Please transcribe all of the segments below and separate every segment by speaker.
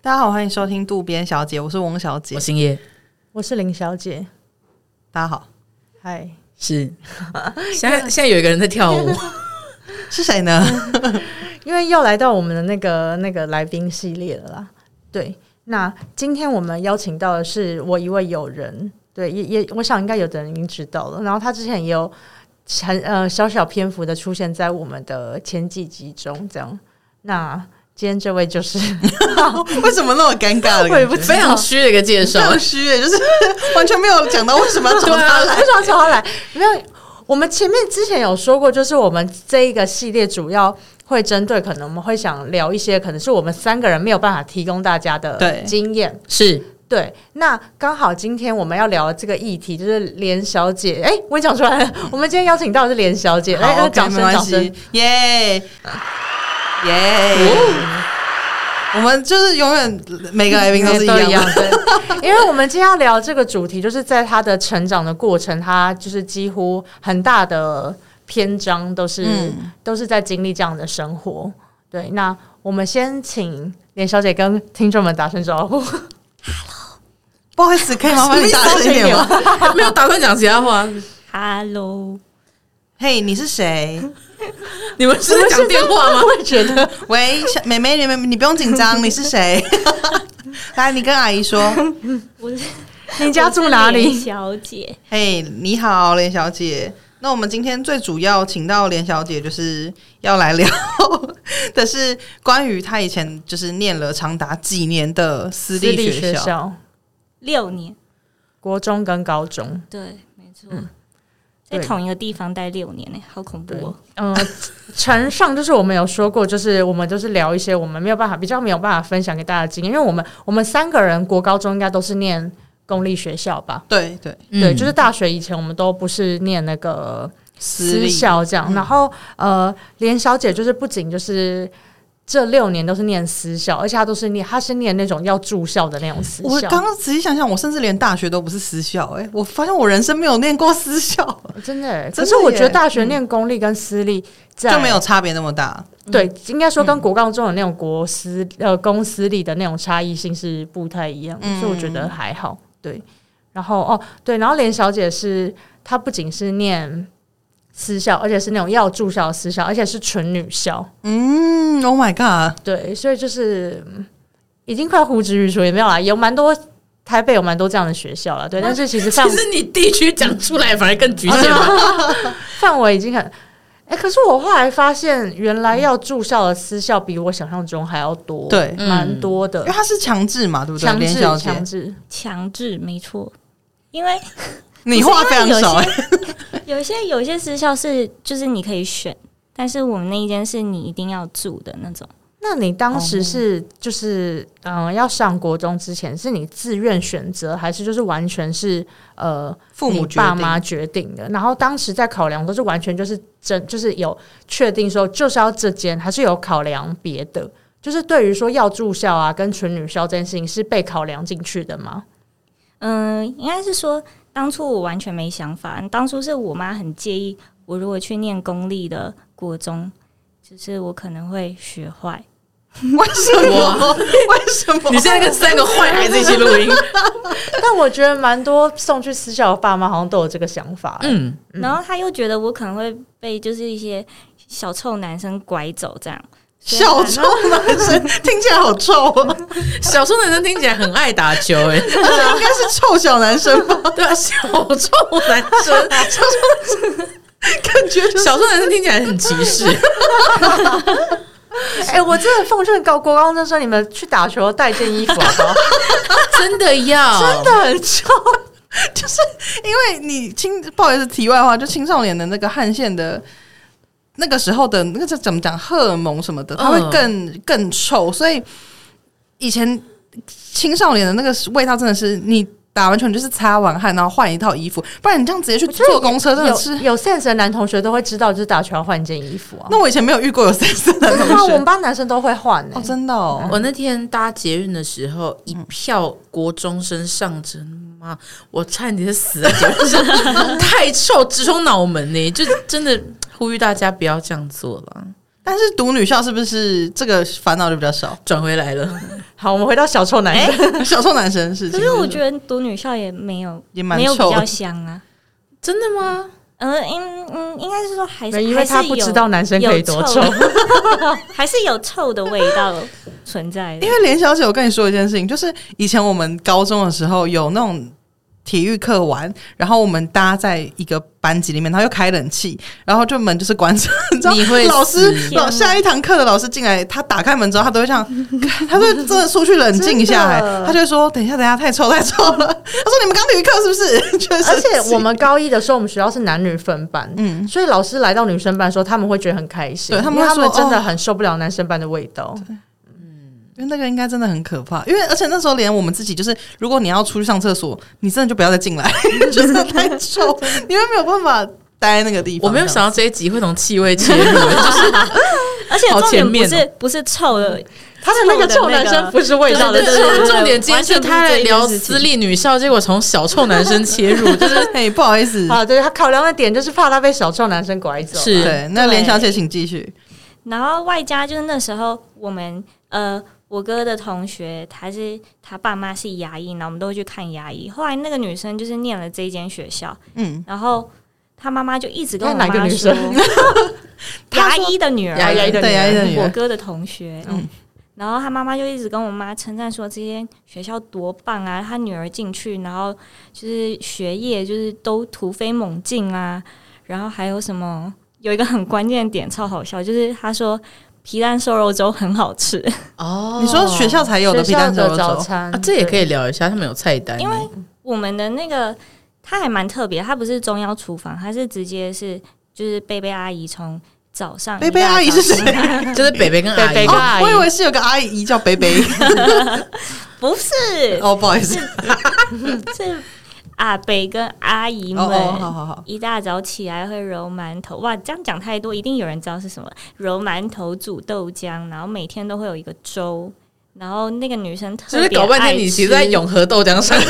Speaker 1: 大家好，欢迎收听渡边小姐，我是翁小姐
Speaker 2: 我。星爷
Speaker 3: 我是林小姐，
Speaker 1: 大家好，
Speaker 3: 嗨，
Speaker 2: 是， 现在现在有一个人在跳 舞，
Speaker 1: 是谁呢？
Speaker 3: 因为又来到我们的那个那个来宾系列了啦。对，那今天我们邀请到的是我一位友人，对，也也我想应该有的人已经知道了。然后他之前也有很呃小小篇幅的出现在我们的前几集中，这样。那今天这位就是
Speaker 1: 为什么那么尴尬的感觉？
Speaker 3: 我也不知
Speaker 2: 非常虚的一个介
Speaker 1: 非
Speaker 2: 绍。
Speaker 1: 常虚耶，就是完全没有讲到为什么 要找他来。
Speaker 3: 为什么找他来？啊 没有，我们前面之前有说过，就是我们这一个系列主要会针对，可能我们会想聊一些，可能是我们三个人没有办法提供大家
Speaker 1: 对
Speaker 3: 的经验。
Speaker 2: 是
Speaker 3: 对，那刚好今天我们要聊的这个议题就是连小姐，哎、我也讲出来了，我们今天邀请到的是连小姐，来，
Speaker 1: 好
Speaker 3: 呃
Speaker 1: ，OK，
Speaker 3: 掌
Speaker 1: 没
Speaker 3: 声，
Speaker 1: 关
Speaker 3: 掌声
Speaker 1: 系。，耶耶！我们就是永远每个来宾都是一
Speaker 3: 都一
Speaker 1: 样的，
Speaker 3: 对 因为我们今天要聊这个主题，就是在他的成长的过程，他就是几乎很大的篇章都是、
Speaker 1: 嗯
Speaker 3: 都是在经历这样的生活。对，那我们先请连小姐跟听众们打声招呼。
Speaker 1: 不好意思，可以麻烦你大声一 点吗？
Speaker 2: 没有打算讲其他话，
Speaker 4: Hello，
Speaker 1: 嘿，你是谁？
Speaker 2: 你们是在讲电话吗？
Speaker 3: 我也觉得
Speaker 1: 喂，小妹妹，你们你不用紧张，你是谁？ 来，你跟阿姨说，
Speaker 4: 我是
Speaker 3: 你家住哪
Speaker 4: 我是
Speaker 3: 里？
Speaker 4: 连小姐，
Speaker 1: 嘿你好，连小姐。那我们今天最主要请到连小姐，就是要来聊 的是关于她以前就是念了长达几年的 私立学校。
Speaker 3: 学校，
Speaker 4: 六年，
Speaker 3: 国中跟高中。
Speaker 4: 对，没错，在
Speaker 3: 对
Speaker 4: 同一个地方待六年呢、好恐怖哦！
Speaker 3: 嗯，船上就是我们有说过，就是我们都是聊一些我们没有办法比较没有办法分享给大家的经验，因为我们我们三个人国高中应该都是念公立学校吧？
Speaker 1: 对对，
Speaker 2: 嗯
Speaker 3: 对，就是大学以前我们都不是念那个
Speaker 1: 私
Speaker 3: 私
Speaker 1: 立嗯
Speaker 3: 校这样，然后呃，连小姐就是不仅就是。这六年都是念私校，而且她都是念，她是念那种要住校的那种私
Speaker 1: 我
Speaker 3: 校。
Speaker 1: 刚刚仔细想想，我甚至连大学都不是私校、欸，我发现我人生没有念过私校，
Speaker 3: 真的欸，
Speaker 1: 真
Speaker 3: 可
Speaker 1: 的
Speaker 3: 是我觉
Speaker 1: 耶嗯
Speaker 3: 得大学念公立跟私立在
Speaker 1: 就没有差别那么大。
Speaker 3: 对，应该说跟国高中的那种国私呃公私立的那种差异性是不太一样的，所以我觉得还好。对，然后哦对，然后连小姐是她不仅是念私校，而且是那种要住校的私校，而且是纯女校。
Speaker 1: 嗯，Oh my god，
Speaker 3: 对，所以就是嗯已经快呼之欲出，也没有啦，有蛮多台北有蛮多这样的学校了。对，但是其实 范
Speaker 2: 其实你地区讲出来反而更 局限吧。
Speaker 3: 范围已经很，哎、可是我后来发现，原来要住校的私校比我想象中还要多，
Speaker 1: 对哎
Speaker 3: 蛮多的
Speaker 1: 因为。它是强制嘛，对不对？
Speaker 3: 强
Speaker 1: 连
Speaker 3: 制
Speaker 1: 小姐，
Speaker 3: 强制，
Speaker 4: 强制，没错，因为
Speaker 1: 你话非常少、欸，
Speaker 4: 有一些有一些私校是就是你可以选，但是我们那一间是你一定要住的那种。
Speaker 3: 那你当
Speaker 1: 哦
Speaker 3: 时是就是嗯、呃要上国中之前，是你自愿选择，还是就是完全是呃
Speaker 1: 父母
Speaker 3: 你
Speaker 1: 决
Speaker 3: 爸
Speaker 1: 定。
Speaker 3: 妈决定的？然后当时在考量的时候，是完全就是真就是有确定说就是要这间，还是有考量别的？就是对于说要住校啊跟纯女校这件事情是被考量进去的吗？
Speaker 4: 嗯、应该是说当初我完全没想法，当初是我妈很介意我如果去念公立的国中，就是我可能会学坏。
Speaker 1: 为什么？为什么？
Speaker 2: 你现在跟三个坏孩子一起录音，
Speaker 3: 但我觉得蛮多送去私校的爸妈好像都有这个想法、
Speaker 2: 嗯，
Speaker 4: 然后他又觉得我可能会被就是一些小臭男生拐走这样。所以
Speaker 1: 小
Speaker 4: 他
Speaker 1: 臭男生听起来好臭啊！
Speaker 2: 小时候男生听起来很爱打球，
Speaker 1: 而
Speaker 2: 哎，
Speaker 1: 且应该是臭小男生 吧？
Speaker 2: 对啊，小臭男 生，
Speaker 1: 感觉就是
Speaker 2: 小时候男生听起来很歧视，
Speaker 3: 哎、我真的奉劝高国高中生，你们去打球带件衣服好不好？
Speaker 2: 真的要
Speaker 3: 真的很臭。
Speaker 1: 就是因为你青，不好意思，题外话，就青少年的那个汗腺的。那个时候的那个叫怎么讲，荷尔蒙什么的，它会
Speaker 2: 嗯
Speaker 1: 更、更臭，所以以前青少年的那个味道真的是，你打完球你就是擦完汗，然后换一套衣服，不然你这样直接去坐公车真的是。
Speaker 3: 有有 sense 的男同学都会知道，就是打球要换件衣服啊。
Speaker 1: 那我以前没有遇过有三色的
Speaker 3: 真的
Speaker 1: 同
Speaker 3: 吗？啊我
Speaker 1: 学
Speaker 3: 们班男生都会换欸呢、
Speaker 1: 哦，真的哦，
Speaker 2: 我那天搭捷运的时候，
Speaker 4: 嗯
Speaker 2: 一票国中生上车，妈，我差点死在捷运 上，太臭，直冲脑门呢、就真的呼吁大家不要这样做了。
Speaker 1: 但是读女校是不是这个烦恼就比较少？
Speaker 2: 转回来了，
Speaker 4: 嗯
Speaker 3: 好，我们回到小臭男 生，
Speaker 1: 小臭男生是，
Speaker 4: 可是我觉得读女校也没有
Speaker 1: 也蛮
Speaker 4: 没有比
Speaker 1: 臭的
Speaker 4: 较香啊。
Speaker 2: 真的 吗？
Speaker 4: 呃，嗯嗯，应该是说还是
Speaker 3: 没因为他不知道男生可以多臭，
Speaker 4: 还是有有 还是有臭的味道存在的
Speaker 1: 因。为连小姐，我跟你说一件事情，就是以前我们高中的时候有那种体育课玩，然后我们大家在一个班级里面，然后又开冷气，然后就门就是关 着，你知道
Speaker 2: 你会
Speaker 1: 老师
Speaker 2: 死
Speaker 1: 老
Speaker 4: 天哪
Speaker 1: 下一堂课的老师进来，他打开门之后，他都会这样，他就真的出去冷静一下、哎
Speaker 3: 真的
Speaker 1: 他就会说：“等一下，等一下，太臭太臭了。”他说：“你们刚体育课是不是？”就是
Speaker 3: 而且我们高一的时候，我们学校是男女分班，
Speaker 1: 嗯
Speaker 3: 所以老师来到女生班的时候，他们会觉得很开心，
Speaker 1: 对他们
Speaker 3: 因为
Speaker 1: 会
Speaker 3: 他
Speaker 1: 说
Speaker 3: 们真的
Speaker 1: 哦
Speaker 3: 很受不了男生班的味道。
Speaker 1: 因为那个应该真的很可怕，因为而且那时候连我们自己就是，如果你要出去上厕所，你真的就不要再进来，真的太臭，你们没有办法待在那个地方。
Speaker 2: 我没
Speaker 1: 这
Speaker 2: 有
Speaker 1: 样
Speaker 2: 想到这一集会从气味切 入，欸就是
Speaker 4: 而且
Speaker 2: 好
Speaker 4: 重点
Speaker 2: 前面哦
Speaker 4: 不是、不是臭的，
Speaker 3: 他们那个臭男生不是味道的
Speaker 4: 对
Speaker 2: 对
Speaker 3: 臭，
Speaker 4: 对对
Speaker 2: 对
Speaker 4: 对
Speaker 2: 重点今天
Speaker 4: 完
Speaker 2: 是
Speaker 4: 全不是
Speaker 2: 他来
Speaker 4: 这件
Speaker 2: 聊
Speaker 4: 事情
Speaker 2: 私立女校，结果从小臭男生切入， 就是
Speaker 1: 哎、不好意思，
Speaker 3: 啊，对他考量的点就是怕他被小臭男生拐走啊，
Speaker 2: 是
Speaker 1: 对，那连
Speaker 4: 对
Speaker 1: 小姐请继续。
Speaker 4: 然后外加就是那时候我们呃，我哥的同学，他是他爸妈是牙医，然后我们都会去看牙医。后来那个女生就是念了这一间学校，
Speaker 1: 嗯，
Speaker 4: 然后她妈妈就一直跟我
Speaker 3: 那
Speaker 4: 妈
Speaker 3: 哪个
Speaker 4: 说，
Speaker 3: 女生
Speaker 1: 她
Speaker 4: 牙
Speaker 1: 说
Speaker 4: 医的女儿，
Speaker 1: 牙医的
Speaker 3: 对
Speaker 1: 牙医的女
Speaker 4: 我
Speaker 1: 儿，
Speaker 4: 哥的同学，
Speaker 1: 嗯
Speaker 4: 然后他妈妈就一直跟我妈称赞说这间学校多棒啊，他女儿进去，然后就是学业就是都突飞猛进啊，然后还有什么有一个很关键的点超好笑，就是他说皮蛋瘦肉粥很好吃，
Speaker 2: 哦
Speaker 1: 你说学校才有的皮
Speaker 3: 学校
Speaker 1: 蛋瘦肉
Speaker 3: 的早
Speaker 1: 粥，
Speaker 3: 餐
Speaker 2: 啊，这也可以聊一下，他们有菜单欸，
Speaker 4: 嗯因为我们的那个它还蛮特别，它不是中央厨房，它是直接是就是贝贝阿姨从早上
Speaker 1: 贝贝阿姨是谁
Speaker 4: 一大早上
Speaker 2: 就是北北跟阿
Speaker 3: 北
Speaker 2: 姨
Speaker 3: 北一个跟阿
Speaker 1: 哦，
Speaker 3: 姨
Speaker 1: 我以为是有个阿姨叫北北。
Speaker 4: 不是
Speaker 1: 哦，不好意思，
Speaker 4: 是阿北跟阿姨
Speaker 1: 哦
Speaker 4: 们。
Speaker 1: 哦，好好好，
Speaker 4: 一大早起来会揉馒头，哇！这样讲太多，一定有人知道是什么。揉馒头、煮豆浆，然后每天都会有一个粥，然后那个女生特
Speaker 2: 就是
Speaker 4: 别
Speaker 2: 搞半
Speaker 4: 爱
Speaker 2: 天
Speaker 4: 吃
Speaker 2: 你其实在永和豆浆 上，
Speaker 3: 啊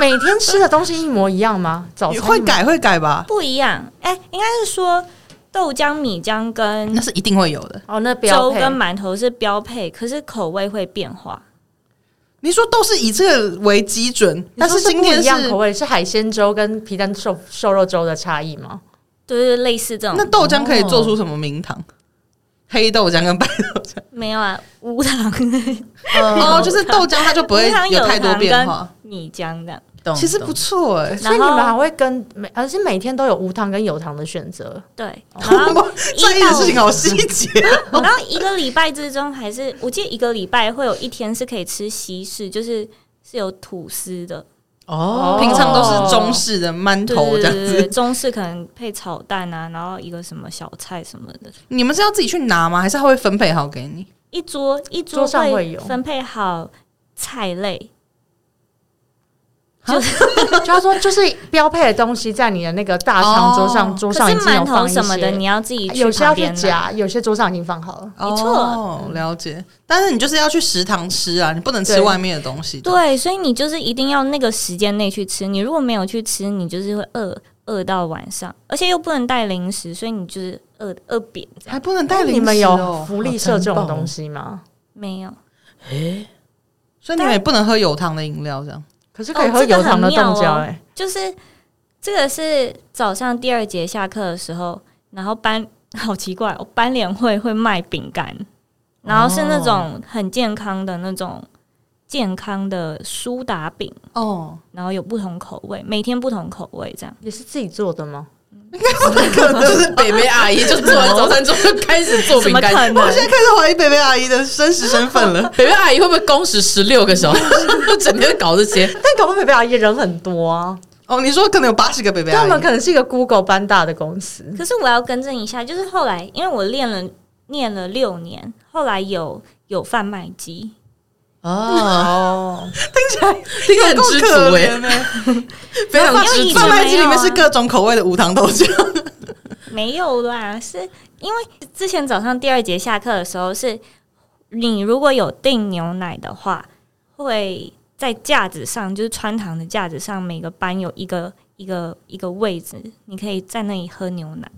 Speaker 3: 每天吃的东西一模一样吗？早
Speaker 1: 你
Speaker 3: 餐
Speaker 1: 会
Speaker 3: 吗
Speaker 1: 改会改吧？
Speaker 4: 不一样，哎、应该是说豆浆、米浆跟
Speaker 1: 那是一定会有的。
Speaker 3: 哦，那标
Speaker 4: 粥
Speaker 3: 配
Speaker 4: 跟馒头是标配，可是口味会变化。
Speaker 1: 你说都是以这个为基准，
Speaker 3: 你
Speaker 1: 但
Speaker 3: 说
Speaker 1: 是今
Speaker 3: 不
Speaker 1: 天
Speaker 3: 一样
Speaker 1: 是
Speaker 3: 口味，是海鲜粥跟皮蛋瘦瘦肉粥的差异吗？
Speaker 4: 就是类似这
Speaker 1: 那
Speaker 4: 种，
Speaker 1: 豆浆可以做出什么名堂？
Speaker 4: 哦
Speaker 1: 黑豆浆跟白 豆浆
Speaker 4: 没有啊，无糖
Speaker 1: 哦，就是豆浆它就不会
Speaker 4: 无糖
Speaker 1: 有
Speaker 4: 有
Speaker 1: 太多
Speaker 4: 糖
Speaker 1: 变
Speaker 4: 跟
Speaker 1: 化。哦
Speaker 4: 米浆的，
Speaker 2: 懂
Speaker 1: 其实
Speaker 2: 懂
Speaker 1: 不错哎，
Speaker 3: 所以你
Speaker 4: 然后
Speaker 3: 们还会跟每，而是每天都有无糖跟有糖的选择。
Speaker 4: 对。然后
Speaker 1: 在意的事情好细节。
Speaker 4: 然后一个礼拜之中，还是我记得一个礼拜会有一天是可以吃西式，就是是有吐司的，
Speaker 2: 哦，
Speaker 1: 平常都是中式的馒
Speaker 4: 对
Speaker 1: 头
Speaker 4: 对
Speaker 1: 这样
Speaker 4: 对对，
Speaker 1: 子
Speaker 4: 对，中式可能配炒蛋啊，然后一个什么小菜什么的，
Speaker 1: 你们是要自己去拿吗？还是他会分配好给你？
Speaker 4: 一桌一
Speaker 3: 桌
Speaker 4: 桌
Speaker 3: 上会有
Speaker 4: 分配好菜类，
Speaker 3: 就他说，就是标配的东西在你的那个大长桌上，
Speaker 1: 哦
Speaker 3: 桌
Speaker 4: 可
Speaker 3: 上
Speaker 4: 是
Speaker 3: 已经有
Speaker 4: 馒头
Speaker 3: 放一
Speaker 4: 什么的你
Speaker 3: 些，啊
Speaker 4: 要自己
Speaker 3: 有些
Speaker 4: 旁
Speaker 3: 要去
Speaker 4: 边拿。
Speaker 3: 夹，有些桌上已经放好了。
Speaker 4: 没错
Speaker 1: 哦，了解。但是你就是要去食堂吃啊，你不能吃
Speaker 3: 对
Speaker 1: 外面的东西的。
Speaker 4: 对，所以你就是一定要那个时间内去吃，你如果没有去吃，你就是会饿饿到晚上，而且又不能带零食，所以你就是饿饿扁这样。
Speaker 1: 还不能带零食、哦、
Speaker 3: 你们有福利社
Speaker 2: 好
Speaker 3: 这
Speaker 2: 残暴
Speaker 3: 种
Speaker 2: 哦
Speaker 3: 东西吗？
Speaker 4: 没有，
Speaker 2: 诶
Speaker 1: 所以你们也不能喝有糖的饮料，这样。
Speaker 3: 可是可以
Speaker 4: 哦
Speaker 3: 喝
Speaker 4: 这个
Speaker 3: 有糖的
Speaker 4: 很妙
Speaker 3: 冻椒
Speaker 4: 哦
Speaker 3: 哎，
Speaker 4: 就是这个是早上第二节下课的时候，然后班好奇怪、哦，班联会会卖饼干，
Speaker 2: 哦
Speaker 4: 然后是那种很健康的那种健康的苏打饼，
Speaker 1: 哦，
Speaker 4: 然后有不同口味，每天不同口味这样。
Speaker 3: 也是自己做的吗？
Speaker 2: 就是北北阿姨就做完早餐之后就开始做
Speaker 4: 怎
Speaker 2: 饼
Speaker 4: 么可
Speaker 2: 干，
Speaker 4: 能？
Speaker 1: 现在开始怀疑北北阿姨的真实身份 了。
Speaker 2: 北北阿姨会不会工时十六个小时， 整天搞这些？
Speaker 3: 但搞不好北北阿姨人很多啊，
Speaker 1: 哦，你说可能有八十个北北
Speaker 3: 他
Speaker 1: 阿
Speaker 3: 们
Speaker 1: 姨，
Speaker 3: 啊可能是一个 Google 班大的公司。
Speaker 4: 可是我要更正一下，就是后来因为我练了念了六年，后来有有贩卖机，
Speaker 2: 哦，
Speaker 3: 哦，
Speaker 2: 听着很
Speaker 1: 够
Speaker 2: 知
Speaker 1: 可
Speaker 2: 足
Speaker 1: 怜欸
Speaker 2: 诶，
Speaker 1: 呢、
Speaker 2: 非常
Speaker 4: 因为
Speaker 2: 知
Speaker 4: 以
Speaker 2: 足
Speaker 1: 贩
Speaker 4: 前。
Speaker 1: 卖机里面是各种口味的无糖豆浆，
Speaker 4: 没有啦，是因为之前早上第二节下课的时候是，你如果有订牛奶的话，会在架子上，就是穿堂的架子上，每个班有一个一个一个位置，你可以在那里喝牛奶。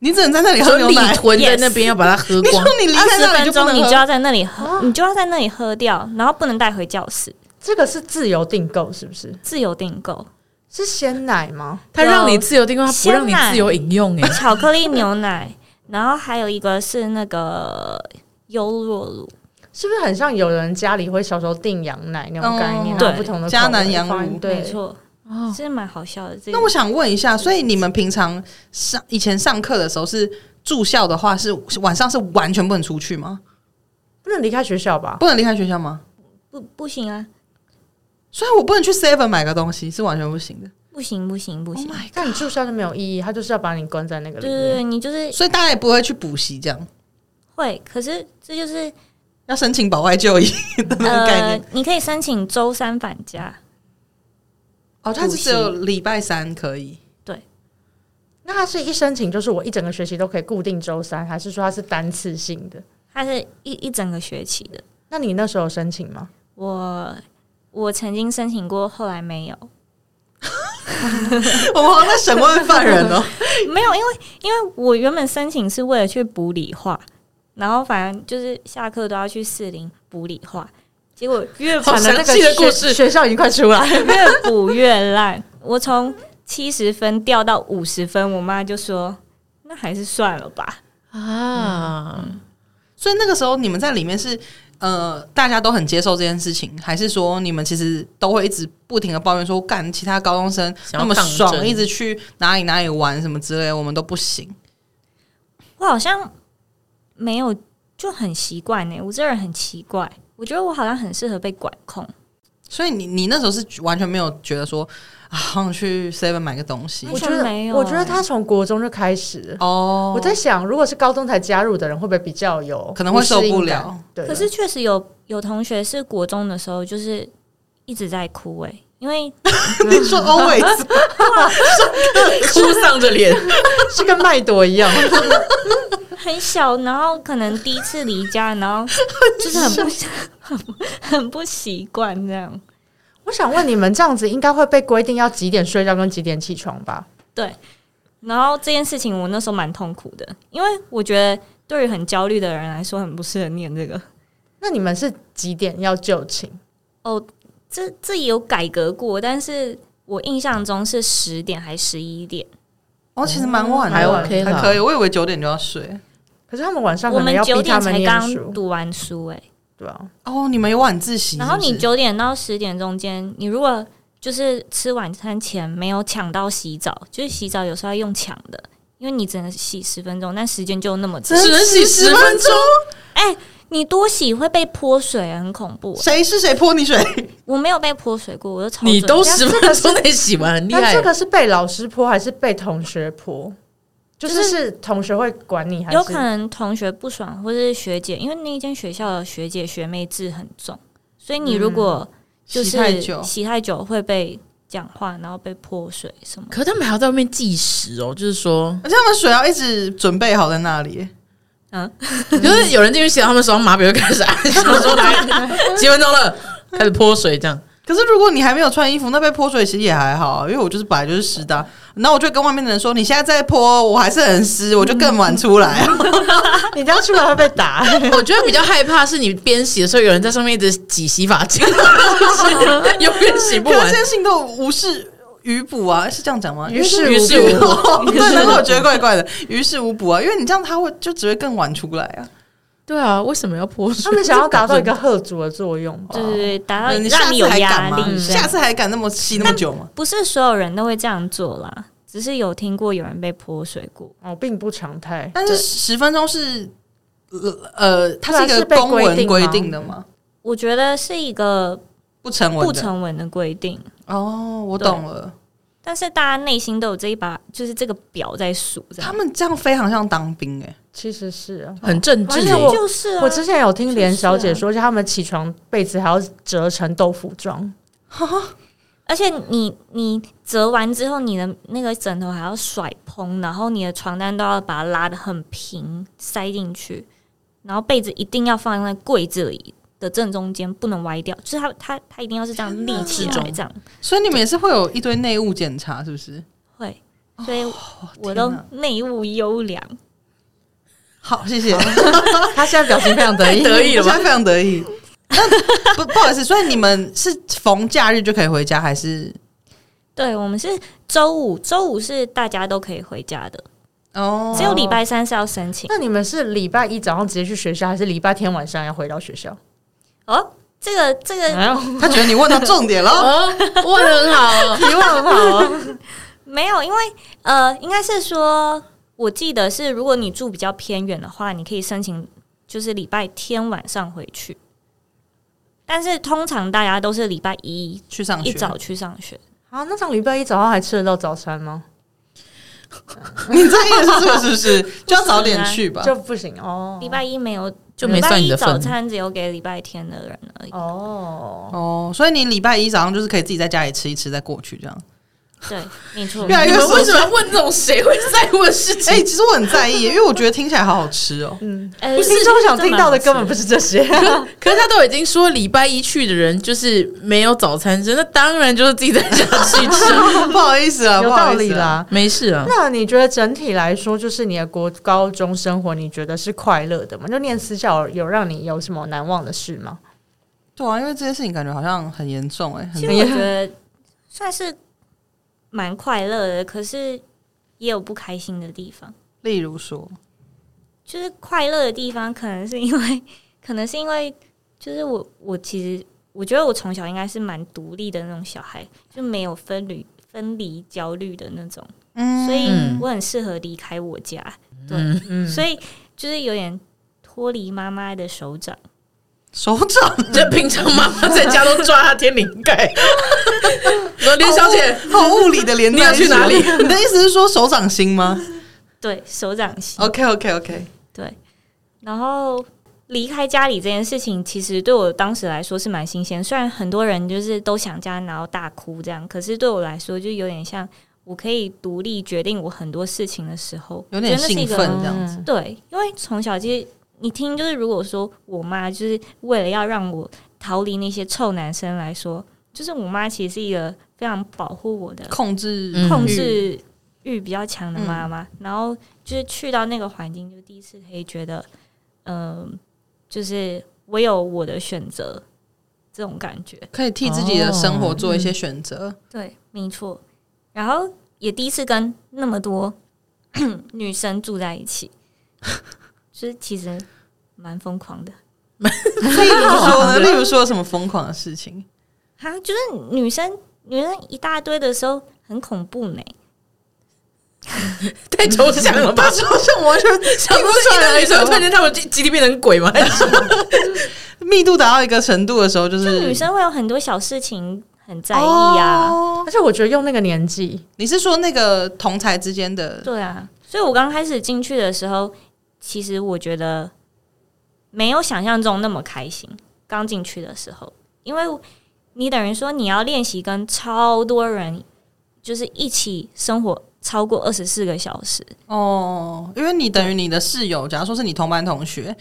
Speaker 1: 你只能在那里喝
Speaker 2: 说
Speaker 1: 牛
Speaker 2: 李
Speaker 1: 奶。
Speaker 2: 屯在那边要把它喝
Speaker 1: 你说
Speaker 2: 光，
Speaker 1: 你离
Speaker 4: 二
Speaker 1: 开
Speaker 4: 十
Speaker 1: 那里
Speaker 4: 分
Speaker 1: 就不
Speaker 4: 钟
Speaker 1: 能
Speaker 4: 你就
Speaker 1: 喝，
Speaker 4: 要在那里喝，你就要在那里喝掉，然后不能带回教室，
Speaker 3: 这个是自由订购是不是？
Speaker 4: 自由订购。
Speaker 3: 是鲜奶吗？
Speaker 2: 它让你自由订购，它不让你
Speaker 4: 鲜奶
Speaker 2: 自由饮用哎。
Speaker 4: 巧克力牛奶，然后还有一个是那个优酪乳，
Speaker 3: 是不是很像有人家里会小时候订羊奶那
Speaker 1: 嗯
Speaker 3: 种概念？啊
Speaker 4: 对
Speaker 3: 不同的
Speaker 1: 迦南
Speaker 3: 口味
Speaker 1: 羊
Speaker 3: 放
Speaker 1: 乳
Speaker 3: 对，
Speaker 4: 没错，
Speaker 2: 哦，
Speaker 4: 是蛮好笑的。这个
Speaker 1: 那我想问一下，所以你们平常上以前上课的时候是住校的话，是是晚上是完全不能出去吗？
Speaker 3: 不能离开学校
Speaker 4: 啊
Speaker 3: 吧？
Speaker 1: 不能离开学校吗？
Speaker 4: 不不行啊，
Speaker 1: 所以我不能去 Seven 买个东西是完全不行的。
Speaker 4: 不行不行不
Speaker 1: Oh
Speaker 4: 行，
Speaker 1: my
Speaker 3: 那你住校就没有意义，他就是要把你关在那个
Speaker 4: 对
Speaker 3: 里
Speaker 4: 对
Speaker 3: 面。
Speaker 4: 对，你就是
Speaker 1: 所以大家也不会去补习，这样
Speaker 4: 会，可是这就是
Speaker 1: 要申请保外就医的 那个概
Speaker 4: 呃
Speaker 1: 念。，
Speaker 4: 你可以申请周三返家，呃
Speaker 1: 哦，它是只有礼拜三可以。
Speaker 3: 那他是一申请就是我一整个学期都可以固定周三，还是说他是单次性的？
Speaker 4: 它是一一整个学期的。
Speaker 3: 那你那时候有申请吗？
Speaker 4: 我我曾经申请过，后来没有，
Speaker 1: 我们好像在审问犯人哦。
Speaker 4: 没有，因为因为我原本申请是为了去补理化，然后反正就是下课都要去士林补理化，结果越
Speaker 1: 好
Speaker 4: 补
Speaker 3: 反正那
Speaker 1: 详
Speaker 3: 个
Speaker 1: 细的
Speaker 3: 学
Speaker 1: 故事
Speaker 3: 学校已经快出来了。
Speaker 4: 越补越烂，我从七十分掉到五十分，我妈就说那还是算了吧。
Speaker 2: 啊，
Speaker 1: 所以那个时候你们在里面是呃，大家都很接受这件事情，还是说你们其实都会一直不停的抱怨说，干其他高中生
Speaker 2: 想
Speaker 1: 那
Speaker 2: 要
Speaker 1: 么
Speaker 2: 抗
Speaker 1: 爽，
Speaker 2: 争
Speaker 1: 一直去哪里哪里玩什么之类的，我们都不行。
Speaker 4: 我好像没有就很习惯呢，我这人很奇怪，我觉得我好像很适合被管控。
Speaker 1: 所以你你那时候是完全没有觉得说啊，好想去 Seven 买个东西
Speaker 4: 完
Speaker 3: 我
Speaker 4: 全
Speaker 3: 觉得
Speaker 4: 没，有
Speaker 3: 我觉得
Speaker 4: 欸
Speaker 3: 他从国中就开始了。
Speaker 1: 哦，
Speaker 3: 我在想，如果是高中才加入的人，会不会比较有
Speaker 1: 可能会受不
Speaker 3: 适应感？
Speaker 1: 了。
Speaker 3: 对，啊
Speaker 4: 可是确实有有同学是国中的时候就是一直在哭诶、因为
Speaker 1: 你说 always
Speaker 2: 哭丧着脸，
Speaker 3: 是跟麦朵一样，
Speaker 4: 很小，然后可能第一次离家，然 后就是很不很不 很不习惯这样。
Speaker 3: 我想问你们，这样子应该会被规定要几点睡觉跟几点起床吧？
Speaker 4: 然后这件事情我那时候蛮痛苦的，因为我觉得对于很焦虑的人来说，很不适合念这个。
Speaker 3: 那你们是几点要就寝？
Speaker 4: 哦，这这也有改革过，但是我印象中是十点还十一点，
Speaker 1: 哦，其实蛮晚的，
Speaker 2: 还
Speaker 3: 晚
Speaker 2: OK
Speaker 1: 还
Speaker 2: 啦，
Speaker 1: 可以。我以为九点就要睡。
Speaker 3: 可是他们晚上
Speaker 4: 我
Speaker 3: 可能
Speaker 4: 们
Speaker 3: 要
Speaker 4: 九
Speaker 3: 逼他
Speaker 4: 点
Speaker 3: 们
Speaker 4: 才
Speaker 3: 念
Speaker 4: 刚
Speaker 3: 书，
Speaker 4: 读完书欸诶、
Speaker 3: 对啊，
Speaker 1: 哦，你们有晚自习，
Speaker 4: 然后
Speaker 1: 是
Speaker 4: 你
Speaker 1: 不是
Speaker 4: 九点到十点中间，你如果就是吃晚餐前没有抢到洗澡，就是洗澡有时候要用抢的，因为你只能洗十分钟，但时间就那么长。
Speaker 2: 只能洗十分钟，
Speaker 4: 哎、你多洗会被泼水，很恐怖。
Speaker 1: 谁是谁泼你水？
Speaker 4: 我没有被泼水过，我都超
Speaker 2: 你
Speaker 4: 准
Speaker 2: 都
Speaker 4: 的
Speaker 2: 十分钟内洗完，很厉
Speaker 3: 那
Speaker 2: 害
Speaker 3: 这。个是被老师泼还是被同学泼？就
Speaker 4: 就是
Speaker 3: 是同学会管你，还是
Speaker 4: 有可能同学不爽，或是学姐，因为那一间学校的学姐学妹制很重，所以你如果就是
Speaker 1: 洗太久，
Speaker 4: 洗太久会被讲话，然后被泼水什么的。
Speaker 2: 可是他们还要在外面计时哦，就是说，
Speaker 1: 而且他们水要一直准备好在那里。
Speaker 2: 就是有人进去洗澡，他们手上麻表就开始 按，想说来几分钟了，开始泼水这样。
Speaker 1: 可是如果你还没有穿衣服，那被泼水其实也还好啊，因为我就是本来就是湿的啊。然后我就跟外面的人说，你现在在泼，我还是很湿，我就更晚出来啊。
Speaker 3: 你这样出来会被打？
Speaker 2: 我觉得比较害怕是你边洗的时候，有人在上面一直挤洗发精，就是永远洗不
Speaker 1: 可是这
Speaker 2: 完
Speaker 1: 件。事情都无视于补啊，是这样讲吗？
Speaker 3: 于事
Speaker 2: 于事无
Speaker 1: 补，
Speaker 2: 补
Speaker 1: 对，难怪我觉得怪怪的，于事无补啊，因为你这样他会就只会更晚出来啊。
Speaker 2: 对啊，为什么要泼水？
Speaker 3: 他们想要达到一个贺主的作用吧？
Speaker 4: 对对对，达到
Speaker 1: 嗯你下
Speaker 4: 让你
Speaker 1: 次
Speaker 4: 有
Speaker 1: 还敢
Speaker 4: 压
Speaker 1: 吗？你
Speaker 4: 力。这
Speaker 1: 下
Speaker 4: 样
Speaker 1: 次还敢那么吸那么久吗？
Speaker 4: 不是所有人都会这样做啦，只是有听过有人被泼水过。
Speaker 3: 哦，并不常态。
Speaker 1: 但是十分钟是呃呃，它是一
Speaker 3: 对啊
Speaker 1: 个
Speaker 3: 是被
Speaker 1: 公
Speaker 3: 规
Speaker 1: 文
Speaker 3: 定
Speaker 1: 规
Speaker 3: 吗
Speaker 1: 定的吗？
Speaker 4: 我觉得是一个
Speaker 1: 不成文
Speaker 4: 不
Speaker 1: 的
Speaker 4: 成文的规定，
Speaker 1: 哦，我
Speaker 4: 对
Speaker 1: 懂了。
Speaker 4: 但是大家内心都有这一把，就是这个表在数，这
Speaker 1: 他
Speaker 4: 样
Speaker 1: 们这样非常像当兵哎、
Speaker 3: 其实是啊，
Speaker 2: 很政治
Speaker 3: 而
Speaker 2: 欸，
Speaker 3: 且我
Speaker 4: 就是啊
Speaker 3: 我之前有听连小姐
Speaker 4: 是啊
Speaker 3: 说，就他们起床被子还要折成豆腐状，
Speaker 4: 而且你你折完之后，你的那个枕头还要甩蓬，然后你的床单都要把它拉得很平，塞进去，然后被子一定要放在柜子里的正中间，不能歪掉，就是它它它一定要是这样立起
Speaker 2: 天
Speaker 4: 来
Speaker 2: 哪
Speaker 4: 这样。
Speaker 1: 所以你们也是会有一堆内务检查，是不是？哦
Speaker 4: 会，所以我都
Speaker 1: 天哪
Speaker 4: 内务优良。
Speaker 1: 好，谢谢，
Speaker 3: 他现在表情非常得意，
Speaker 2: 得意了
Speaker 1: 我
Speaker 2: 吧
Speaker 1: 现在非常得意。那不不好意思，所以你们是逢假日就可以回家，还是
Speaker 4: 对我们是周五，周五是大家都可以回家的，
Speaker 1: 哦？
Speaker 4: 只有礼拜三是要申请。
Speaker 3: 那你们是礼拜一早上直接去学校，还是礼拜天晚上要回到学校？
Speaker 4: 哦，这个这个
Speaker 3: 哎呦，
Speaker 1: 他觉得你问到重点 了，
Speaker 2: 哦，问的很 好，
Speaker 3: 提问很好啊！
Speaker 4: 没有，因为呃，应该是说，我记得是，如果你住比较偏远的话，你可以申请就是礼拜天晚上回去。但是通常大家都是礼拜一
Speaker 1: 去上学
Speaker 4: 一早去上学，
Speaker 3: 啊，那场礼拜一早上还吃得到早餐吗？
Speaker 1: 你在意的是这个是不是？就要早点去 吧。
Speaker 3: 就不行哦。
Speaker 4: 礼拜一没有，
Speaker 2: 就没算你的
Speaker 4: 礼拜一早
Speaker 2: 份。
Speaker 4: 餐只有给礼拜天的人而已。
Speaker 3: 哦，
Speaker 1: 哦，所以你礼拜一早上就是可以自己在家里吃一吃，再过去这样。
Speaker 4: 对，没 错
Speaker 1: 越。来
Speaker 2: 你
Speaker 1: 越
Speaker 2: 们为
Speaker 1: 熟
Speaker 2: 什
Speaker 1: 悉。
Speaker 2: 么问这种谁会在乎的事
Speaker 1: 哎、
Speaker 2: 情？
Speaker 1: 其实我很在意，因为我觉得听起来好好吃哦。
Speaker 3: 嗯，
Speaker 4: 呃
Speaker 3: 听众想听到的根本不
Speaker 4: 是。
Speaker 3: 是这些。
Speaker 2: 可是他都已经说礼拜一去的人就是没有早餐吃，那当然就是自己在家 去吃，
Speaker 1: 不好意 思啊，不
Speaker 3: 有
Speaker 1: 好
Speaker 3: 道
Speaker 1: 意思
Speaker 3: 理
Speaker 1: 啊。
Speaker 3: 啦。
Speaker 2: 没事啊。
Speaker 3: 那你觉得整体来说，就是你的国高中生活，你觉得是快乐的吗？就念私校有让你有什么难忘的事吗？
Speaker 1: 对啊，因为这件事情感觉好像很严重哎、很
Speaker 4: 其实我觉得算是蛮快乐的，可是也有不开心的地方。
Speaker 1: 例如说，
Speaker 4: 就是快乐的地方，可能是因为，可能是因为，就是我我其实我觉得我从小应该是蛮独立的那种小孩，就没有分离分离焦虑的那种，
Speaker 1: 嗯
Speaker 4: 所以
Speaker 2: 嗯
Speaker 4: 我很适合离开我家，
Speaker 3: 嗯，
Speaker 4: 所以就是有点脱离妈妈的手掌。
Speaker 1: 手掌
Speaker 2: 就平常妈妈在家都抓他天灵盖， 说林小姐，
Speaker 1: 好物理的连带，
Speaker 2: 你要去哪里？
Speaker 1: 你的意思是说手掌心吗
Speaker 4: 对手掌心
Speaker 1: ？OK OK OK，
Speaker 4: 对，然后离开家里这件事情，其实对我当时来说是蛮新鲜。虽然很多人就是都想家，然后大哭这样，可是对我来说，就有点像我可以独立决定我很多事情的时候，
Speaker 1: 有点
Speaker 4: 我觉得那是
Speaker 1: 兴
Speaker 4: 一个
Speaker 1: 奋这样子。
Speaker 3: 嗯
Speaker 4: 对，因为从小其实你听，就是如果说我妈就是为了要让我逃离那些臭男生来说，就是我妈其实是一个非常保护我的
Speaker 1: 控制
Speaker 2: 嗯
Speaker 4: 控制欲比较强的妈妈，然后就是去到那个环境，就第一次可以觉得，嗯、就是我有我的选择这种感觉。
Speaker 1: 可以替自己的生活做一些选择，
Speaker 4: 对，没错。然后也第一次跟那么多 女生住在一起， 就是其实蛮疯狂的。哦
Speaker 1: 例如说
Speaker 4: 嗯
Speaker 1: 呢，例如说有什么疯狂的事情，
Speaker 4: 哈，就是女生女生一大堆的时候很恐怖呢。
Speaker 2: 太抽象了吧
Speaker 1: 他？说像完全
Speaker 2: 想不出来啊女生突然间他们集体变成鬼吗？
Speaker 1: 密度达到一个程度的时候，就
Speaker 4: 就是女生会有很多小事情很在意啊。
Speaker 1: 哦
Speaker 3: 而且我觉得用那个年纪，
Speaker 1: 你是说那个同才之间的
Speaker 4: 对啊，所以我刚开始进去的时候，其实我觉得没有想象中那么开心。刚进去的时候，因为你等于说你要练习跟超多人，就是一起生活超过二十四个小时。
Speaker 1: 哦？因为你等于你的室友，假如说是你同班同学，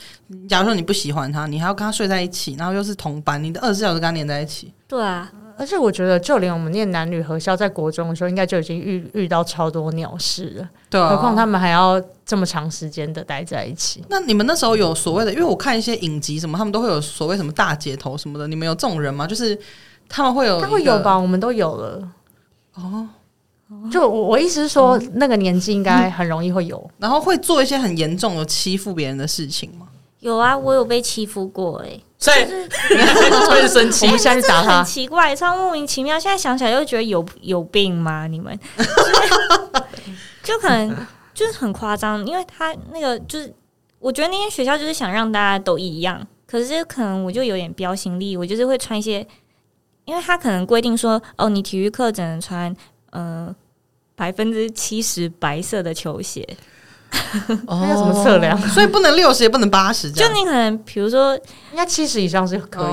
Speaker 1: 假如说你不喜欢他，你还要跟他睡在一起，然后又是同班，你的二十四小时跟他连在一起，
Speaker 4: 对啊，
Speaker 3: 而且我觉得就连我们念男女合校，在国中的时候，应该就已经遇遇到超多鸟事了，
Speaker 1: 对啊。
Speaker 3: 何况他们还要这么长时间的待在一起。
Speaker 1: 那你们那时候有所谓的，因为我看一些影集什么，他们都会有所谓什么大姐头什么的，你们有这种人吗？就是他们会有，
Speaker 3: 该会有？吧？我们都有了。哦，就我我意思是说，那个年纪应该很容易 会有。
Speaker 1: 然后会做一些很严重有欺负别人的事情吗？
Speaker 4: 有啊，我有被欺负过哎、
Speaker 2: 所以
Speaker 4: 就是
Speaker 2: 突然生气
Speaker 3: 我，们下去打
Speaker 4: 很
Speaker 3: 他，
Speaker 4: 奇怪，超莫名其妙。现在想起来又觉得有有病吗？你们 就可能就是很夸张，因为他那个就是，我觉得那间学校就是想让大家都一样，可是可能我就有点标新立异，我就是会穿一些，因为他可能规定说，哦，你体育课只能穿，呃。百分之七十白色的球鞋，哦
Speaker 1: 哦
Speaker 3: 那要怎么测量？
Speaker 1: 所以不能六十，也不能八十， 这
Speaker 4: 就
Speaker 1: 样。
Speaker 4: 你可能比如说
Speaker 3: 应该七十以上是可以的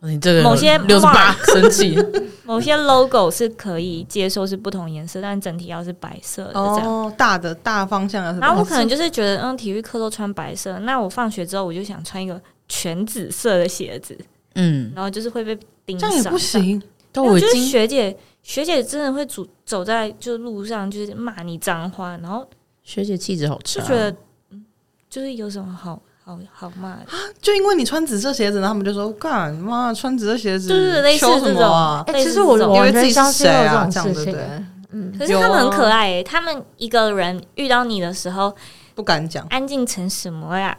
Speaker 1: 哦。
Speaker 2: 你这个
Speaker 4: 某些
Speaker 2: 六十八
Speaker 4: mark
Speaker 2: 生气，
Speaker 4: 某些 logo 是可以接受是不同颜色，但整体要是白色的这样。
Speaker 1: 哦，大的大方向啊，
Speaker 4: 然后我可能就是觉得，嗯，体育课都穿白色，那我放学之后我就想穿一个全紫色的鞋子，
Speaker 2: 嗯，
Speaker 4: 然后就是会被盯
Speaker 1: 这
Speaker 4: 上。
Speaker 1: 样也不
Speaker 4: 这样，
Speaker 1: 行，哦
Speaker 2: 但
Speaker 4: 因
Speaker 2: 我
Speaker 4: 为我
Speaker 2: 已
Speaker 4: 觉得
Speaker 2: 经
Speaker 4: 学姐学姐真的会走走在就是路上，就是骂你脏话，然后
Speaker 2: 学姐气质好
Speaker 4: 就
Speaker 2: 差，啊
Speaker 4: 觉
Speaker 1: 啊
Speaker 4: 得、嗯就是有什么好好好骂的，
Speaker 1: 就因为你穿紫色鞋子，然后他们就说干妈穿紫色鞋子，
Speaker 4: 就是类似
Speaker 1: 羞什
Speaker 4: 这
Speaker 1: 么
Speaker 4: 种
Speaker 1: 啊？
Speaker 3: 哎、
Speaker 4: 类
Speaker 3: 其
Speaker 4: 似
Speaker 3: 实我
Speaker 4: 这种
Speaker 3: 我
Speaker 1: 因为
Speaker 3: 完
Speaker 1: 自己
Speaker 3: 全
Speaker 1: 是
Speaker 3: 相信
Speaker 1: 谁
Speaker 3: 有这
Speaker 1: 啊
Speaker 3: 种
Speaker 1: 这样对
Speaker 3: 事
Speaker 1: 不
Speaker 3: 情、
Speaker 1: 对
Speaker 3: 哎嗯，
Speaker 4: 可是
Speaker 1: 有
Speaker 4: 他们很
Speaker 1: 啊
Speaker 4: 可爱、欸，他们一个人遇到你的时候，
Speaker 1: 不敢讲
Speaker 4: 安静成什么呀？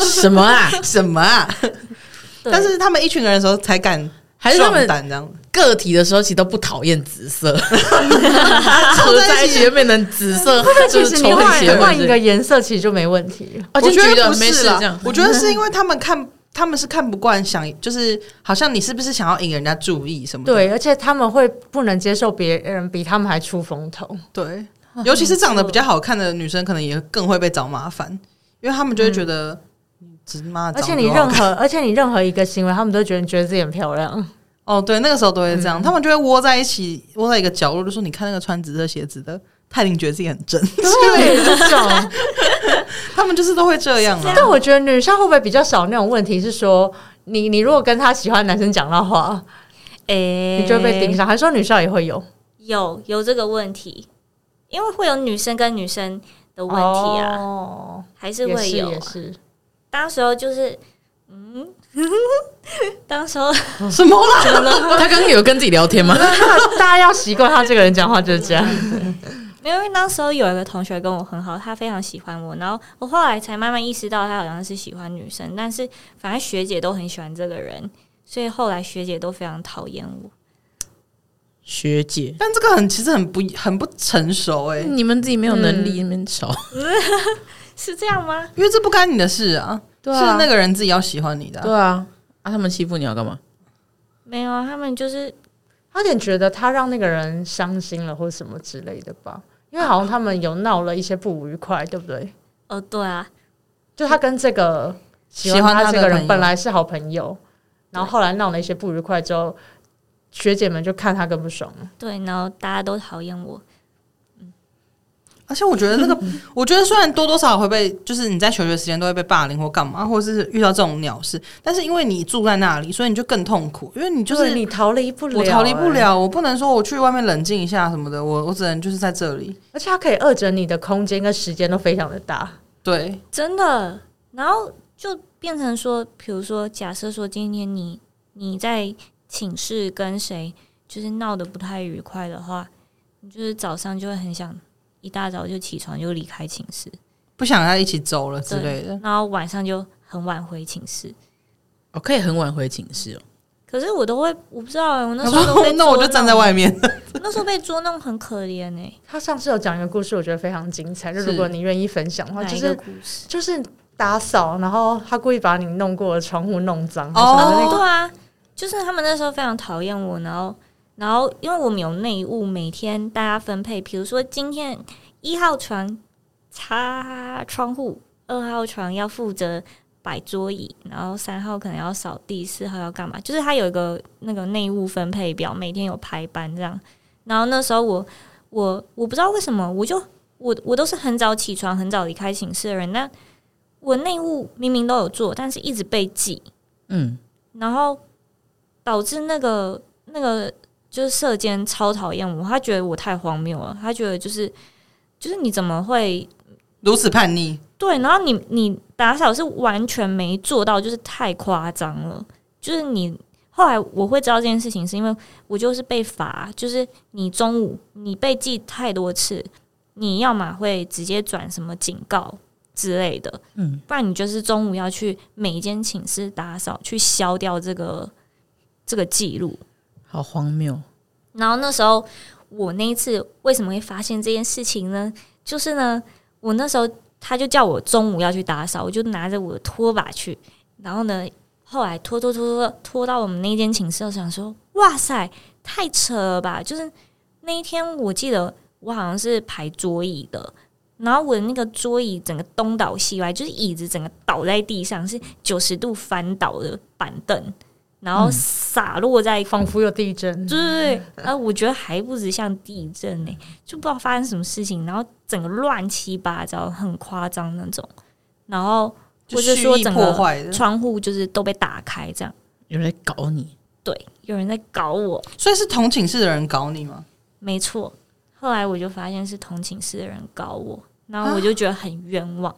Speaker 2: 什么啊？
Speaker 1: 什么啊？
Speaker 4: 对
Speaker 1: 但是他们一群人的时候才敢，
Speaker 2: 还是他们
Speaker 1: 胆这样子，
Speaker 2: 个体的时候，其实都不讨厌紫色， 合在一起就变成紫 色，
Speaker 3: 其
Speaker 2: 就
Speaker 3: 实
Speaker 2: 是
Speaker 3: 你
Speaker 2: 仇恨
Speaker 3: 换
Speaker 2: 邪
Speaker 3: 换一个
Speaker 2: 魂。
Speaker 3: 颜色，其实就没问题了。
Speaker 1: 我
Speaker 2: 我就
Speaker 1: 觉
Speaker 2: 觉
Speaker 1: 得
Speaker 2: 得
Speaker 1: 不
Speaker 2: 没事
Speaker 1: 哦是
Speaker 2: 这
Speaker 1: 啦
Speaker 2: 样，
Speaker 1: 我觉得是因为他们看他们是看不惯，想就是好像你是不是想要引人家注意什么的？
Speaker 3: 对，而且他们会不能接受别人比他们还出风头，
Speaker 1: 对，尤其是长得比较好看的女生，可能也更会被找麻烦，因为他们就会觉得你只妈的
Speaker 3: 而
Speaker 1: 啊长得
Speaker 3: 且你
Speaker 1: 不好看，
Speaker 3: 任何，而且你任何一个行为，他们都觉得你觉得自己很漂 亮。
Speaker 1: 哦，对，那个时候都会这样，他们就会窝在一起，窝在一个角落，就说你看那个穿紫色鞋子的。泰林觉得自己很正，
Speaker 3: 对，这种。
Speaker 1: 他们就是都会这样啊。
Speaker 3: 但我觉得女生会不会比较少那种问题？是说，你你如果跟她喜欢男生讲到话，
Speaker 4: 哎、
Speaker 3: 你就会被盯上，还是说女校也会有？
Speaker 4: 有有这个问题，因为会有女生跟女生的问题啊，
Speaker 3: 哦，
Speaker 4: 还是
Speaker 3: 也
Speaker 4: 会
Speaker 3: 是
Speaker 4: 有、
Speaker 3: 也
Speaker 4: 啊。
Speaker 3: 是。
Speaker 4: 当时候就是，嗯， 当时候
Speaker 1: 什么啦？
Speaker 2: 他刚刚有跟自己聊天吗？
Speaker 3: 大家要习惯他这个人讲话就是这样。
Speaker 4: 没有，因为当时候有一个同学跟我很好，他非常喜欢我，然后我后来才慢慢意识到他好像是喜欢女生，但是反正学姐都很喜欢这个人，所以后来学姐都非常讨厌我。
Speaker 2: 学姐，
Speaker 1: 但这个很其实很不很不成熟哎、
Speaker 2: 你们自己没有能力，那边吵，
Speaker 4: 是这样吗？
Speaker 1: 因为这不干你的事啊，
Speaker 2: 对
Speaker 1: 是
Speaker 2: 啊
Speaker 1: 那个人自己要喜欢你的啊、
Speaker 2: 对啊，啊，他们欺负你要干嘛？
Speaker 4: 没有啊，他们就是
Speaker 3: 他有点觉得他让那个人伤心了，或什么之类的吧？因为好像他们有闹了一些不愉快，对不对？
Speaker 4: 哦，对啊，
Speaker 3: 就他跟这个喜
Speaker 1: 喜欢
Speaker 3: 欢他
Speaker 1: 他
Speaker 3: 这
Speaker 1: 的
Speaker 3: 个
Speaker 1: 朋
Speaker 3: 人
Speaker 1: 友
Speaker 3: 本来是好朋友，然后后来闹了一些不愉快之后，学姐们就看他更不爽了。
Speaker 4: 对，然后大家都讨厌我，
Speaker 1: 而且我觉得那个，我觉得虽然多多少少会被，就是你在求学时间都会被霸凌或干嘛，或者是遇到这种鸟事，但是因为你住在那里，所以你就更痛苦，因为你就
Speaker 3: 对
Speaker 1: 是
Speaker 3: 你逃离不了、
Speaker 1: 我逃离不
Speaker 3: 欸，
Speaker 1: 了，我不能说我去外面冷静一下什么的，我我只能就是在这里。
Speaker 3: 而且他可以遏制你的空间跟时间都非常的大。
Speaker 1: 对，
Speaker 4: 真的。然后就变成说，比如说，假设说今天你你在寝室跟谁就是闹得不太愉快的话，你就是早上就会很想一大早就起床就离开寝室，
Speaker 1: 不想再一起走了之
Speaker 4: 对
Speaker 1: 类的。
Speaker 4: 然后晚上就很晚回寝室。
Speaker 2: 我哦可以很晚回寝室哦。
Speaker 4: 可是我都会，我不知道、欸，我那
Speaker 1: 他
Speaker 4: 时候都
Speaker 1: 说
Speaker 4: 被：“
Speaker 1: 那我就
Speaker 4: 捉
Speaker 1: 站
Speaker 4: 弄
Speaker 1: 在，外面。
Speaker 4: 我那时候被捉弄很可怜哎、
Speaker 3: 他上次有讲一个故事，我觉得非常精彩。就是如果你愿意分享的话，
Speaker 1: 哦
Speaker 4: 哪
Speaker 3: 就
Speaker 4: 一个
Speaker 3: 是
Speaker 4: 故事？
Speaker 3: 就是打扫，然后他故意把你弄过的窗户弄脏，
Speaker 1: 哦
Speaker 3: 还是什么的那
Speaker 4: 哦，
Speaker 3: 个
Speaker 4: 对啊，就是他们那时候非常讨厌我，然后然后因为我们有内务，每天大家分配，比如说今天一号床擦窗户，二号床要负责摆桌椅，然后三号可能要扫地，四号要干嘛？就是他有一个那个内务分配表，每天有排班这样。然后那时候我我我不知道为什么，我就我我都是很早起床、很早离开寝室的人，那我内务明明都有做，但是一直被记。
Speaker 2: 嗯，
Speaker 4: 然后导致那个那个就是社监超讨厌我，他觉得我太荒谬了，他觉得就是就是你怎么会
Speaker 1: 如此叛逆，
Speaker 4: 对？然后你你打扫是完全没做到，就是太夸张了。就是你后来我会知道这件事情，是因为我就是被罚，就是你中午你被记太多次，你要么会直接转什么警告之类的，
Speaker 2: 嗯，
Speaker 4: 不然你就是中午要去每一间寝室打扫，去消掉这个这个记录。
Speaker 2: 好荒谬。哦
Speaker 4: 然后那时候我那一次为什么会发现这件事情呢？就是呢，我那时候他就叫我中午要去打扫，我就拿着我的拖把去。然后呢，后来拖拖拖拖拖到我们那间寝室，我想说，哇塞，太扯了吧！就是那一天，我记得我好像是排桌椅的。然后我的那个桌椅整个东倒西歪，就是椅子整个倒在地上，是九十度翻倒的板凳，然后洒落在
Speaker 3: 仿佛有地震。
Speaker 4: 对对对，啊，我觉得还不止像地震呢、就不知道发生什么事情，然后整个乱七八糟，很夸张那种，然后
Speaker 1: 就
Speaker 4: 或者
Speaker 1: 蓄
Speaker 4: 说
Speaker 1: 意
Speaker 4: 整
Speaker 1: 破
Speaker 4: 个
Speaker 1: 坏的。
Speaker 4: 窗户就是都被打开这样。
Speaker 2: 有人来搞你，
Speaker 4: 对，有人在搞我，
Speaker 1: 所以是同寝室的人搞你吗？
Speaker 4: 没错。后来我就发现是同寝室的人搞我，然后我就觉得很冤枉。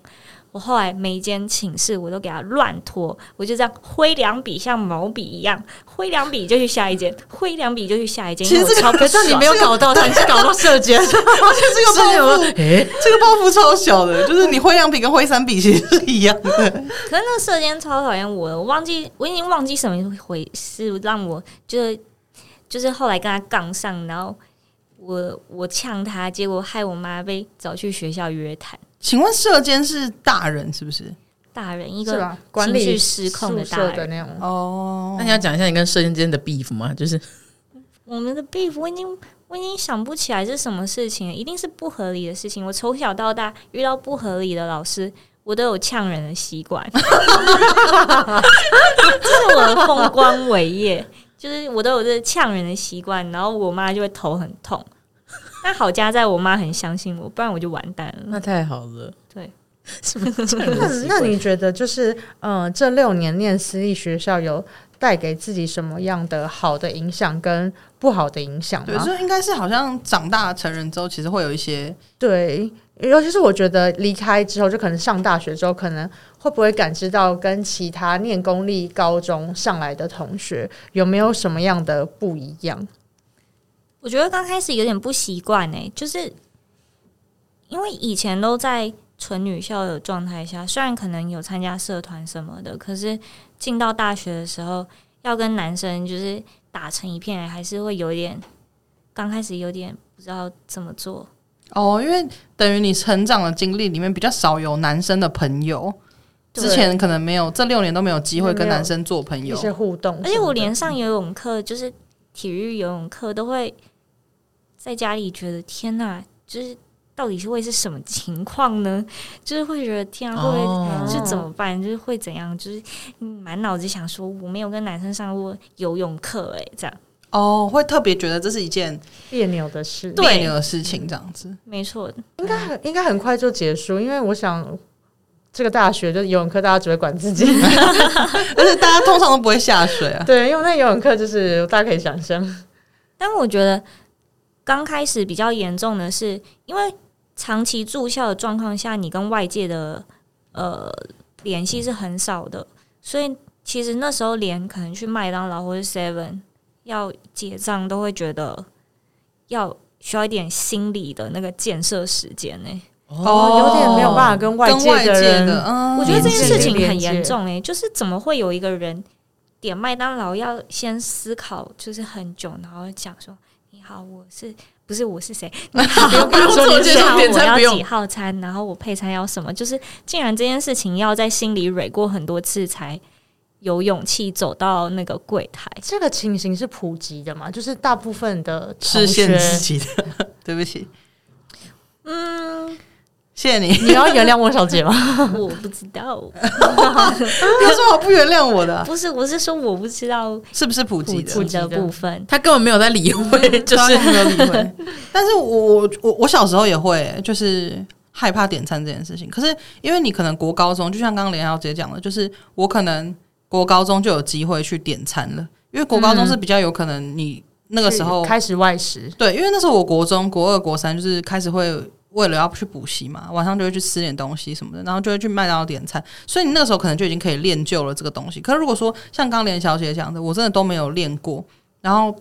Speaker 4: 我后来每一间寝室我都给他乱拖，我就这样挥两笔，像毛笔一样挥两笔就去下一间，挥两笔就去下一间。
Speaker 1: 其实
Speaker 4: 因为我
Speaker 1: 这
Speaker 4: 超
Speaker 1: 个
Speaker 4: 不
Speaker 2: 可是你
Speaker 4: 爽
Speaker 2: 没有搞到他，你是搞到社监，
Speaker 1: 而且这个
Speaker 2: 是
Speaker 1: 报
Speaker 2: 我
Speaker 1: 复，
Speaker 2: 哎，
Speaker 1: 这个报复超小的，就是你挥两笔跟挥三笔其实是一样的。
Speaker 4: 可是那个射箭超讨厌我了，我忘记我已经忘记什么回事让我就是就是后来跟他杠上，然后我我呛他，结果害我妈被找去学校约谈。
Speaker 1: 请问射箭是大人是不是？
Speaker 4: 大人一
Speaker 3: 是
Speaker 4: 个
Speaker 3: 吧？管理
Speaker 4: 情绪失控
Speaker 3: 的
Speaker 4: 的大人
Speaker 3: 那 种，
Speaker 1: 哦
Speaker 2: 那你要讲一下你跟社监之间的 beef 吗？就是
Speaker 4: 我们的 beef，我已经我已经想不起来是什么事情了，一定是不合理的事情。我从小到大遇到不合理的老师，我都有呛人的习惯，这是我的风光伟业，就是我都有这呛人的习惯，然后我妈就会头很痛。但好家在我妈很相信我，不然我就完蛋了。
Speaker 2: 那太好了，
Speaker 4: 对，
Speaker 2: 是不是这样
Speaker 3: 那
Speaker 2: 的习
Speaker 3: 那
Speaker 2: 惯？
Speaker 3: 你觉得就是嗯、呃这六年念私立学校有带给自己什么样的好的影响跟不好的影响
Speaker 1: 对，
Speaker 3: 吗？
Speaker 1: 所以应该是好像长大成人之后，其实会有一些
Speaker 3: 对，尤其是我觉得离开之后，就可能上大学之后，可能会不会感知到跟其他念公立高中上来的同学有没有什么样的不一样？
Speaker 4: 我觉得刚开始有点不习惯哎，就是因为以前都在纯女校的状态下，虽然可能有参加社团什么的，可是进到大学的时候，要跟男生就是打成一片，还是会有一点刚开始有点不知道怎么做。
Speaker 1: 哦，因为等于你成长的经历里面比较少有男生的朋友，
Speaker 4: 对
Speaker 1: 之前可能没有，这六年都没有机会跟
Speaker 3: 没有
Speaker 1: 男生做朋
Speaker 3: 一
Speaker 1: 友。
Speaker 3: 些互动什么
Speaker 4: 而
Speaker 3: 的，嗯
Speaker 4: 且我连上游泳课，就是体育游泳课，都会在家里觉得天呐，就是到底是会是什么情况呢？ 就是会觉得天啊，会不会
Speaker 2: 哦
Speaker 4: 就怎么办？就是会怎样？就是嗯满脑子想说，我没有跟男生上过游泳课，哎，这样
Speaker 1: 哦，会特别觉得这是一件
Speaker 3: 别扭的事，
Speaker 4: 对
Speaker 1: 别扭的事情，这样子。
Speaker 4: 没错。
Speaker 3: 应该很应该很快就结束，因为我想。这个大学就游泳课，大家只会管自己。
Speaker 1: 而且大家通常都不会下水啊。
Speaker 3: 对，因为那游泳课就是大家可以想象，
Speaker 4: 但我觉得刚开始比较严重的是，因为长期住校的状况下，你跟外界的呃联系是很少的，所以其实那时候连可能去麦当劳或者 Seven 要结账，都会觉得要需要一点心理的那个建设时间呢、
Speaker 3: 哦，有点没有办法跟外
Speaker 1: 跟外
Speaker 3: 的
Speaker 1: 界
Speaker 3: 人
Speaker 1: 的，嗯，
Speaker 4: 我觉得这件事情
Speaker 3: 连
Speaker 4: 很
Speaker 3: 接
Speaker 4: 严重诶、就是怎么会有一个人点麦当劳要先思考，就是很久，然后讲说：“你好，我是不是我是谁？你好，
Speaker 2: 不用自我介绍点
Speaker 4: 我
Speaker 2: 餐
Speaker 4: 要
Speaker 2: 不用
Speaker 4: 几号餐，然后我配餐要什么？”就是竟然这件事情要在心里蕊过很多次，才有勇气走到那个柜台。
Speaker 3: 这个情形是普及的嘛？就是大部分的同
Speaker 1: 视线
Speaker 3: 学
Speaker 1: 自己的， 对不起，
Speaker 4: 嗯，
Speaker 1: 谢谢你。
Speaker 3: 你要原谅我小姐吗？
Speaker 4: 我不知道，
Speaker 1: 有什么好不原谅我的啊、
Speaker 4: 不是，我是说我不知道
Speaker 1: 是不是普及
Speaker 4: 普
Speaker 1: 的？
Speaker 4: 及
Speaker 3: 及的
Speaker 4: 的部分。
Speaker 2: 他根本没有在理会， 就
Speaker 1: 对啊
Speaker 2: 是
Speaker 1: 没有理会。但是我我我我小时候也会、就是害怕点餐这件事情。可是因为你可能国高中，就像刚刚连小姐讲的，就是我可能国高中就有机会去点餐了，因为国高中
Speaker 2: 嗯
Speaker 1: 是比较有可能你那个时候、
Speaker 3: 开始外食，
Speaker 1: 对，因为那时候我国中国二国三就是开始会为了要去补习嘛，晚上就会去吃点东西什么的，然后就会去麦当劳点餐，所以你那个时候可能就已经可以练就了这个东西。可是如果说像刚连小姐讲的，我真的都没有练过，然后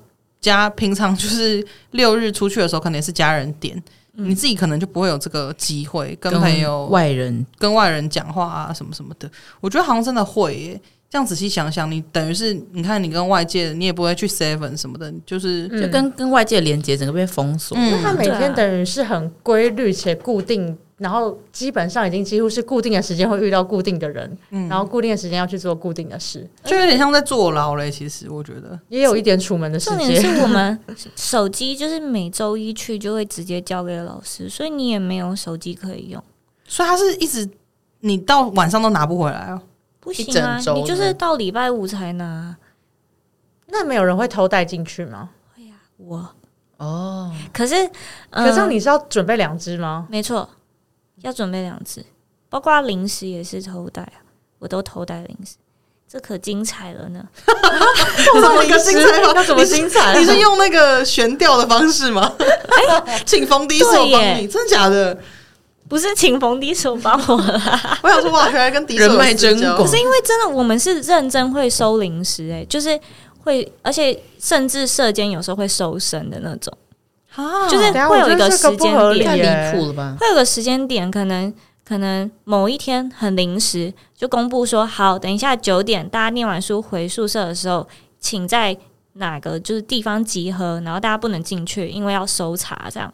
Speaker 1: 加平常就是 六日出去的时候，可能也是家人点。你自己可能就不会有这个机会跟朋友、
Speaker 2: 外人
Speaker 1: 跟外人讲话啊，什么什么的。我觉得好像真的会耶。这样仔细想想，你等于是你看你跟外界，你也不会去 seven 什么的，就是
Speaker 2: 就跟跟外界连接整个被封锁，
Speaker 3: 因为他
Speaker 1: 嗯，
Speaker 3: 每
Speaker 4: 对
Speaker 3: 天
Speaker 4: 啊
Speaker 3: 等于是很规律且固定，然后基本上已经几乎是固定的时间会遇到固定的人，
Speaker 1: 嗯
Speaker 3: 然后固定的时间要去做固定的事，
Speaker 1: 就有点像在坐牢嘞。其实我觉得，
Speaker 3: 也有一点楚门的世
Speaker 4: 重点
Speaker 3: 界。
Speaker 4: 是我 们手机就是每周一去就会直接交给老师，所以你也没有手机可以用，
Speaker 1: 所以他是一直你到晚上都拿不回来哦。
Speaker 4: 不
Speaker 2: 一
Speaker 4: 行啊
Speaker 2: 整，周
Speaker 4: 你就是
Speaker 2: 呢
Speaker 4: 到礼拜五才拿。
Speaker 3: 那没有人会偷带进去吗？
Speaker 4: 我
Speaker 2: 哦，
Speaker 4: 可是，
Speaker 3: 可
Speaker 4: 呃、
Speaker 3: 是你是要准备两只吗？
Speaker 4: 没错，要准备两次，包括零食也是偷带啊，我都偷带零食。这可精彩了呢。
Speaker 1: 怎么
Speaker 3: 一个精彩法
Speaker 1: 要
Speaker 3: 要怎么精彩啊
Speaker 1: 你
Speaker 3: 哎
Speaker 1: 是 你是用那个悬吊的方式吗？ 请逢低手
Speaker 4: 对
Speaker 1: 帮你，
Speaker 4: 耶
Speaker 1: 真的假的？
Speaker 4: 不是请逢低手帮我啦，
Speaker 1: 我想说，哇，原来跟敌手有
Speaker 2: 人脉
Speaker 1: 私交
Speaker 2: 真
Speaker 4: 可
Speaker 2: 广
Speaker 4: 是因为真的我们是认真会收零食、欸，就是会，而且甚至射箭有时候会收身的那种。
Speaker 1: 啊，
Speaker 4: 就是
Speaker 3: 等一下
Speaker 4: 会有
Speaker 3: 我觉得
Speaker 4: 一个
Speaker 3: 这
Speaker 4: 时
Speaker 3: 不
Speaker 4: 间
Speaker 3: 合理
Speaker 4: 点
Speaker 2: 太
Speaker 3: 耶
Speaker 2: 离谱了吧？
Speaker 4: 会有个时间点，可能可能某一天很临时就公布说，好，等一下九点大家念完书回宿舍的时候，请在哪个就是地方集合，然后大家不能进去，因为要搜查这样。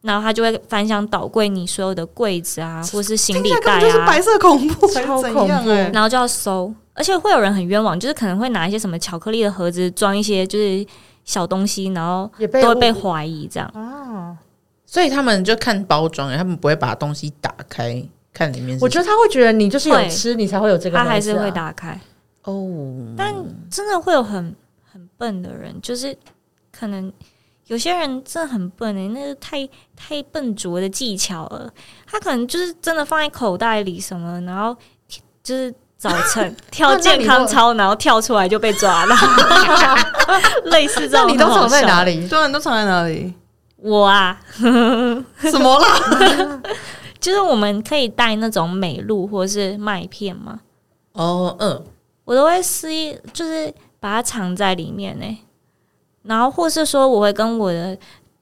Speaker 4: 然后他就会翻箱倒柜你所有的柜子啊，或是行
Speaker 1: 听起
Speaker 4: 李
Speaker 1: 来根本
Speaker 4: 袋
Speaker 1: 就是
Speaker 4: 啊
Speaker 1: 白，色恐怖，还
Speaker 3: 超
Speaker 1: 是怎
Speaker 3: 恐
Speaker 1: 样
Speaker 3: 怖
Speaker 1: 欸
Speaker 4: 然后就要搜，而且会有人很冤枉，就是可能会拿一些什么巧克力的盒子装一些就是小东西，然后
Speaker 3: 也被
Speaker 4: 都会被
Speaker 3: 误
Speaker 4: 怀疑这样。
Speaker 3: 啊！
Speaker 2: 所以他们就看包装，他们不会把东西打开看里面是什么。
Speaker 3: 我觉得他会觉得你就是有
Speaker 4: 会
Speaker 3: 吃，你才会有这个、啊
Speaker 4: 他还是会。打开，
Speaker 2: 哦，
Speaker 4: 但真的会有很很笨的人，就是可能有些人真的很笨、欸，那个太太笨拙的技巧了。他可能就是真的放在口袋里什么，然后就是早 晨跳健康操，然后跳出来就被抓了， 类似这
Speaker 3: 那
Speaker 4: 种。
Speaker 3: 你都藏在哪
Speaker 4: 里？
Speaker 3: 里？
Speaker 1: 对啊，你都藏在哪里？
Speaker 4: 我啊，
Speaker 1: 什么 啦？
Speaker 4: 就是我们可以带那种美露或是麦片嘛，
Speaker 2: 哦，嗯，
Speaker 4: 我都会撕一，就是把它藏在里面呢、然后或是说，我会跟我的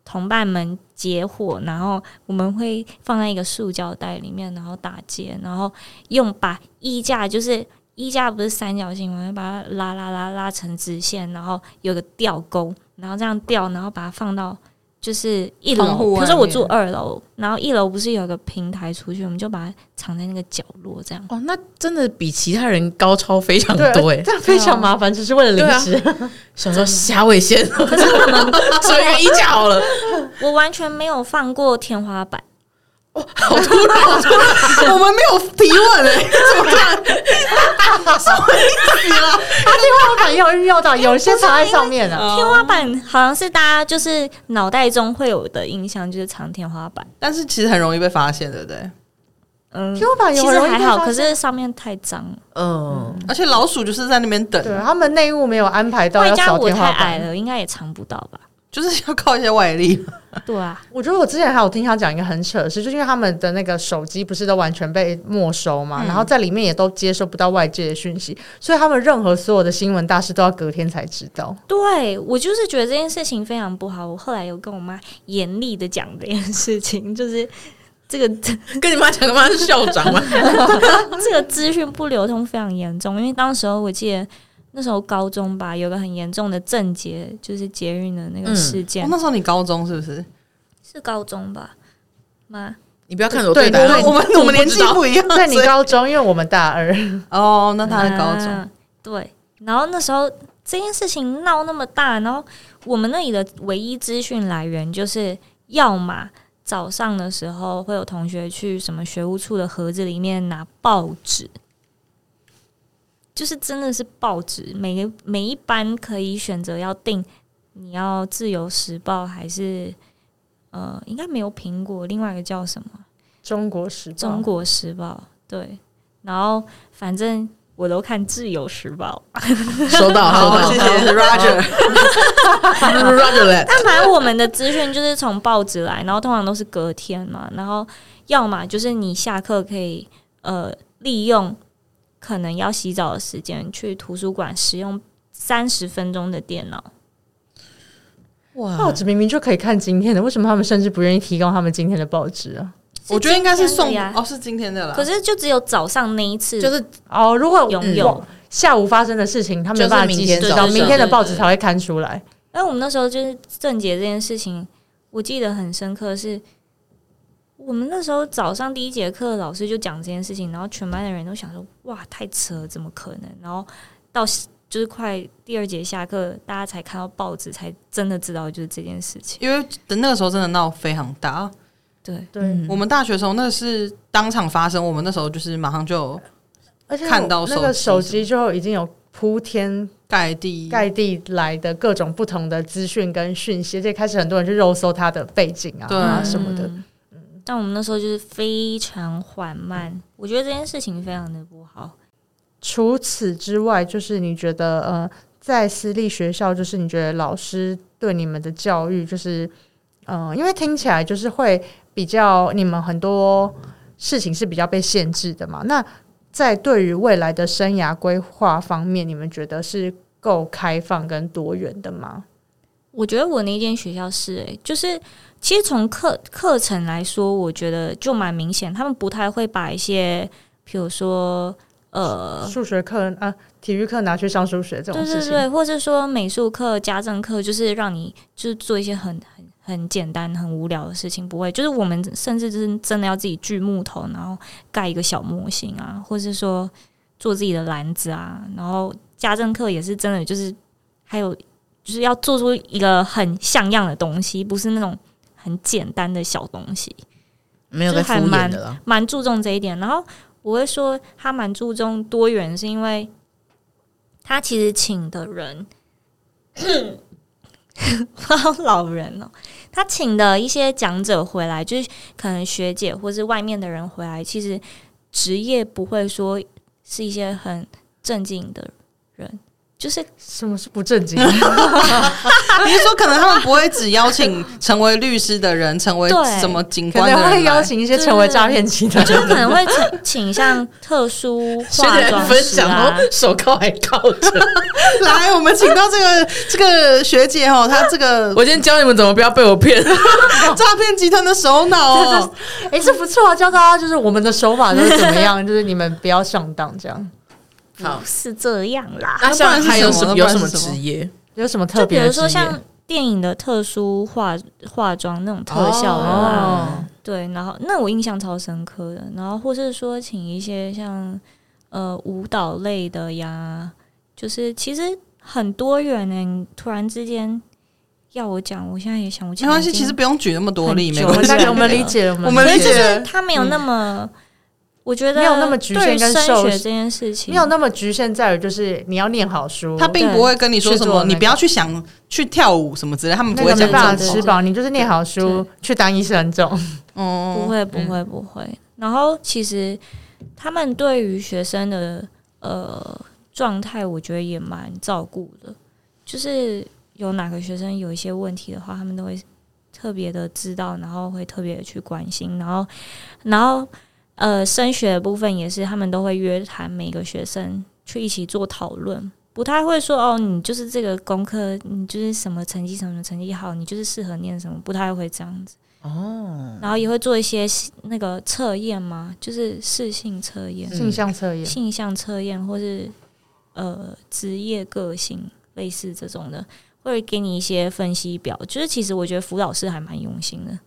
Speaker 4: 同伴们结伙，然后我们会放在一个塑胶袋里面，然后打结，然后用把衣架，就是衣架不是三角形嘛，我们把它拉拉拉拉成直线，然后有个吊钩，然后这样吊，然后把它放到。就是一
Speaker 1: 窗户
Speaker 4: 楼，
Speaker 1: 外
Speaker 4: 可是我住
Speaker 1: 面
Speaker 4: 二楼，然后一楼不是有个平台出去，我们就把它藏在那个角落，这样。
Speaker 2: 哦，那真的比其他人高超非常
Speaker 3: 对，
Speaker 2: 多
Speaker 3: 而
Speaker 2: 哎。
Speaker 3: 这样非常麻烦，只是为了
Speaker 2: 啊
Speaker 3: 零食。
Speaker 2: 想说虾尾 先，可是我们折一个衣架好了，
Speaker 4: 我完全没有放过天花板，
Speaker 2: 好突然，
Speaker 1: 我们没有提问哎、怎么看？
Speaker 3: 他天花板要遇
Speaker 4: 哎
Speaker 3: 到，有一些藏在上面啊。
Speaker 4: 天花板好像是大家就是脑袋中会有的印象，就是藏天花板。
Speaker 1: 但是其实很容易被发现，对不对？
Speaker 4: 嗯，
Speaker 3: 天花板有
Speaker 4: 其
Speaker 3: 很哎
Speaker 4: 实
Speaker 3: 容易
Speaker 4: 还
Speaker 3: 被
Speaker 4: 好，
Speaker 3: 发
Speaker 4: 可
Speaker 3: 现
Speaker 4: 是上面太脏了。
Speaker 2: 嗯，
Speaker 1: 而且老鼠就是在那边等，
Speaker 3: 对他啊们内务没有安排到
Speaker 4: 外
Speaker 3: 要
Speaker 4: 加
Speaker 3: 扫
Speaker 4: 我
Speaker 3: 天
Speaker 4: 太
Speaker 3: 花
Speaker 4: 矮
Speaker 3: 板。
Speaker 4: 了，应该也藏不到吧？
Speaker 1: 就是要靠一些外力。
Speaker 4: 对啊，
Speaker 3: 我觉得我之前还有听他讲一个很扯的事，就是因为他们的那个手机不是都完全被没收嘛，然后在里面也都接收不到外界的讯息，所以他们任何所有的新闻大事都要隔天才知道。
Speaker 4: 对我就是觉得这件事情非常不好。我后来有跟我妈严厉的讲这件事情，就是这个
Speaker 2: 跟你妈讲，他妈是校长嘛，
Speaker 4: 这个资讯不流通非常严重，因为当时候我记得那时候高中吧，有个很严重的症结，就是捷运的那个
Speaker 2: 嗯
Speaker 4: 事件，
Speaker 1: 哦那时候你高中是不是？
Speaker 4: 是高中吧？妈，
Speaker 2: 你不要看着我
Speaker 3: 对
Speaker 2: 答案，
Speaker 1: 我们我们年纪
Speaker 2: 知道
Speaker 1: 不一样，
Speaker 3: 在你
Speaker 1: 所以
Speaker 3: 高中，因为我们大二，
Speaker 1: 哦，那他的高中、
Speaker 4: 啊对，然后那时候这件事情闹那么大，然后我们那里的唯一资讯来源就是，要么早上的时候会有同学去什么学务处的盒子里面拿报纸。就是真的是报纸，每个每一班可以选择要订，你要《自由时报》还是呃，应该没有苹果，另外一个叫什么？
Speaker 3: 中国时报，
Speaker 4: 中国时报，对，然后反正我都看自由时 报，
Speaker 2: 收到，收
Speaker 1: 好，
Speaker 2: 到，
Speaker 1: 谢谢 Roger。
Speaker 2: Roger 嘞，
Speaker 4: 但反正我们的资讯就是从报纸来，然后通常都是隔天嘛，然后要么就是你下课可以呃利用可能要洗澡的时间去图书馆使用三十分钟的电脑，
Speaker 3: 报
Speaker 2: 哇，
Speaker 3: 纸明明就可以看今天的，为什么他们甚至不愿意提供他们今天的报纸啊？
Speaker 1: 我觉得应该是送
Speaker 4: 今天的呀
Speaker 1: 哦，是今天的啦。
Speaker 4: 可是就只有早上那一次
Speaker 2: 就是
Speaker 3: 哦，如果
Speaker 4: 拥
Speaker 1: 嗯
Speaker 4: 有。
Speaker 3: 下午发生的事情，他
Speaker 2: 就
Speaker 3: 没
Speaker 2: 是
Speaker 3: 办法
Speaker 2: 明
Speaker 3: 及
Speaker 2: 天
Speaker 3: 时知
Speaker 2: 早
Speaker 3: 道，
Speaker 2: 上
Speaker 3: 明天的
Speaker 2: 对
Speaker 3: 报
Speaker 2: 对
Speaker 3: 纸才会刊出来。
Speaker 4: 因为我们那时候就是正解这件事情，我记得很深刻是，我们那时候早上第一节课老师就讲这件事情，然后全班的人都想说哇太扯了，怎么可能？然后到就是快第二节下课，大家才看到报纸，才真的知道就是这件事情。
Speaker 1: 因为等那个时候真的闹非常大，
Speaker 4: 对，
Speaker 3: 对，
Speaker 2: 嗯
Speaker 1: 我们大学的时候那是当场发生，我们那时候就是马上就
Speaker 3: 而且
Speaker 1: 看到
Speaker 3: 那个
Speaker 1: 手
Speaker 3: 手
Speaker 1: 机
Speaker 3: 机就已经有铺天
Speaker 1: 盖地
Speaker 3: 盖地来的各种不同的资讯跟讯息，而且开始很多人去肉搜他的背景啊
Speaker 1: 对啊
Speaker 4: 嗯
Speaker 3: 什么的。。
Speaker 4: 但我们那时候就是非常缓慢，我觉得这件事情非常的不好。
Speaker 3: 除此之外，就是你觉得呃，在私立学校，就是你觉得老师对你们的教育，就是嗯、呃因为听起来就是会比较你们很多事情是比较被限制的嘛。那在对于未来的生涯规划方面，你们觉得是够开放跟多元的吗？
Speaker 4: 我觉得我那间学校是、欸，就是其实从课课程来说，我觉得就蛮明显，他们不太会把一些，比如说呃，
Speaker 3: 数学课啊、体育课拿去上数学这种
Speaker 4: 对
Speaker 3: 事
Speaker 4: 对
Speaker 3: 情，
Speaker 4: 对，或是说美术课、家政课，就是让你就是做一些很很很简单、很无聊的事情，不会。就是我们甚至就是真的要自己锯木头，然后盖一个小模型啊，或是说做自己的篮子啊。然后家政课也是真的，就是还有就是要做出一个很像样的东西，不是那种很简单的小东西。
Speaker 2: 没有在敷衍的啦。
Speaker 4: 蛮注重这一点。然后我会说他蛮注重多元，是因为他其实请的人， 好老人哦，他请的一些讲者回来，就是可能学姐或是外面的人回来，其实职业不会说是一些很正经的人，就是
Speaker 3: 什么是不正 经？
Speaker 1: 你是说可能他们不会只邀请成为律师的人，成为
Speaker 4: 对
Speaker 1: 什么警
Speaker 3: 可
Speaker 1: 官的
Speaker 3: 能
Speaker 1: 人来
Speaker 3: 会邀请一些成为诈骗集团
Speaker 4: 就。是可能会请请像特殊
Speaker 2: 现
Speaker 4: 化
Speaker 2: 在
Speaker 4: 妆
Speaker 2: 分
Speaker 4: 师
Speaker 2: 享，哦
Speaker 4: 啊
Speaker 2: 然后，手铐还铐着。
Speaker 1: 来，我们请到这个这个学姐哦，她这个
Speaker 2: 我今天教你们怎么不要被 我骗。
Speaker 1: 诈骗集团的首脑哦。
Speaker 3: 哎、这不错啊！教大家就是我们的手法都是怎么样，就是你们不要上当，这样
Speaker 2: 好
Speaker 4: 不，是这样啦。
Speaker 2: 那像还有什
Speaker 1: 那
Speaker 2: 么有
Speaker 1: 不然
Speaker 2: 什
Speaker 1: 是
Speaker 2: 么
Speaker 1: 什么
Speaker 2: 职业？
Speaker 3: 有什么特
Speaker 4: 就比
Speaker 3: 别的
Speaker 4: 如
Speaker 3: 职业？
Speaker 4: 说像电影的特殊化化妆那种特效的啦，
Speaker 3: 哦，
Speaker 4: 对，然后那我印象超深刻的，然后或是说请一些像呃舞蹈类的呀，就是其实很多元呢、你突然之间要我讲，我现在也想不起
Speaker 1: 没
Speaker 4: 来。
Speaker 1: 关系，其实不用举那么多例，没
Speaker 4: 很久
Speaker 3: 我
Speaker 1: 关
Speaker 3: 们
Speaker 1: 系。
Speaker 3: 大概我们理解，我
Speaker 1: 我
Speaker 3: 们
Speaker 1: 们理
Speaker 3: 理解，
Speaker 1: 解，
Speaker 4: 他没有那么，我觉得
Speaker 3: 没有那么局限
Speaker 4: 对于
Speaker 3: 跟
Speaker 4: 升
Speaker 3: 受
Speaker 4: 学这件事情，
Speaker 3: 没有那么局限在于就是你要念好书，
Speaker 1: 他并不会跟你说什
Speaker 3: 制作
Speaker 1: 么，
Speaker 3: 那个
Speaker 1: 你不要去想去跳舞什么之类，他们
Speaker 3: 那
Speaker 1: 不会
Speaker 3: 个
Speaker 1: 讲
Speaker 3: 没办法
Speaker 1: 这
Speaker 4: 对
Speaker 1: 种
Speaker 3: 吃
Speaker 1: 话。
Speaker 3: 饱，你就是念好书去当医生这种。
Speaker 4: 不
Speaker 1: 哦，
Speaker 4: 会，不会，不会。然后其实他们对于学生的呃状态，我觉得也蛮照顾的。就是有哪个学生有一些问题的话，他们都会特别的知道，然后会特别的去关心，然后，然后呃，升学的部分也是，他们都会约谈每个学生去一起做讨论。不太会说哦，你就是这个功课，你就是什么成绩什么成绩好，你就是适合念什么，不太会这样子。然后也会做一些那个测验嘛，就是适性测验、
Speaker 3: 性向测验，
Speaker 4: 性向测验，或是呃职业个性类似这种的，会给你一些分析表。就是其实我觉得辅导师还蛮用心的，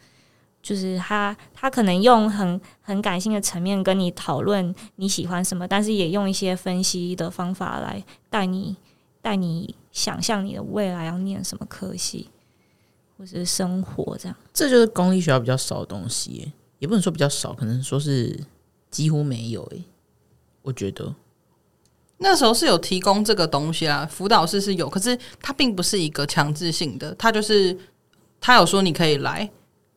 Speaker 4: 就是他他可能用很很感性的层面跟你讨论你喜欢什么，但是也用一些分析的方法来带你带你想象你的未来要念什么科系，或是生活这样。
Speaker 2: 这就是公立学校比较少的东西耶，也不能说比较少，可能说是几乎没有诶。我觉得
Speaker 1: 那时候是有提供这个东西啊，辅导室是有，可是它并不是一个强制性的，它就是他有说你可以来，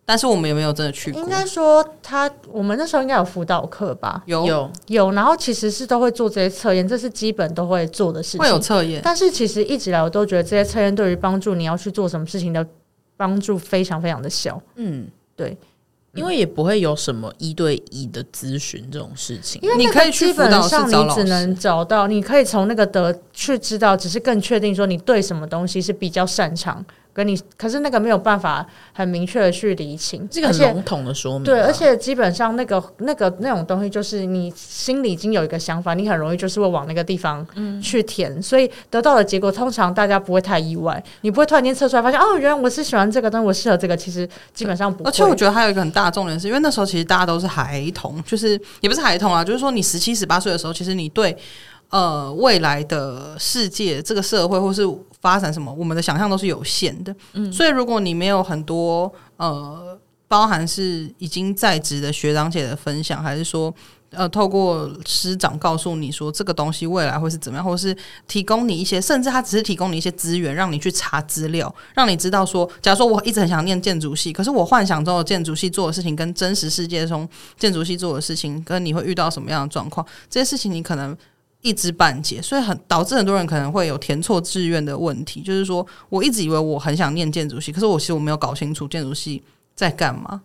Speaker 1: 但是我们也没有真的去过
Speaker 3: 应。该说他我们那时候应该有辅导课吧，
Speaker 1: 有
Speaker 2: 有
Speaker 3: 有，然后其实是都会做这些测验，这是基本都会做的事情。
Speaker 1: 会有测验，
Speaker 3: 但是其实一直以来，我都觉得这些测验对于帮助你要去做什么事情的帮助非常非常的小。
Speaker 2: 嗯，
Speaker 3: 对，
Speaker 2: 因为也不会有什么一对一的咨询这种事情
Speaker 3: 因。为
Speaker 1: 你
Speaker 3: 那
Speaker 1: 可
Speaker 3: 个
Speaker 1: 以去
Speaker 3: 基
Speaker 1: 辅
Speaker 3: 本
Speaker 1: 导室
Speaker 3: 上
Speaker 1: 找
Speaker 3: 你
Speaker 1: 老
Speaker 3: 只
Speaker 1: 师
Speaker 3: 能找到，你可以从那个得去知道，只是更确定说你对什么东西是比较擅长，跟你可是那个没有办法很明确的去理清，
Speaker 2: 这个
Speaker 3: 而
Speaker 2: 很
Speaker 3: 且
Speaker 2: 笼统的说明啊，
Speaker 3: 对，而且基本上那个那个那种东西，就是你心里已经有一个想法，你很容易就是会往那个地方
Speaker 1: 嗯
Speaker 3: 去填，所以得到的结果通常大家不会太意外，你不会突然间测出来发现哦，原来我是喜欢这个东西，我适合这个，其实基本上不会。
Speaker 1: 而且我觉得还有一个很大的重点是，因为那时候其实大家都是孩童，就是也不是孩童啊，就是说你十七、十八岁的时候，其实你对呃未来的世界、这个社会或是发展什么，我们的想象都是有限的。嗯，所以如果你没有很多呃，包含是已经在职的学长姐的分享，还是说。呃，透过师长告诉你说这个东西未来会是怎么样，或是提供你一些，甚至他只是提供你一些资源，让你去查资料，让你知道说，假如说我一直很想念建筑系，可是我幻想中的建筑系做的事情跟真实世界中建筑系做的事情，跟你会遇到什么样的状况，这些事情你可能一知半解，所以很导致很多人可能会有填错志愿的问题。就是说我一直以为我很想念建筑系，可是我其实我没有搞清楚建筑系在干嘛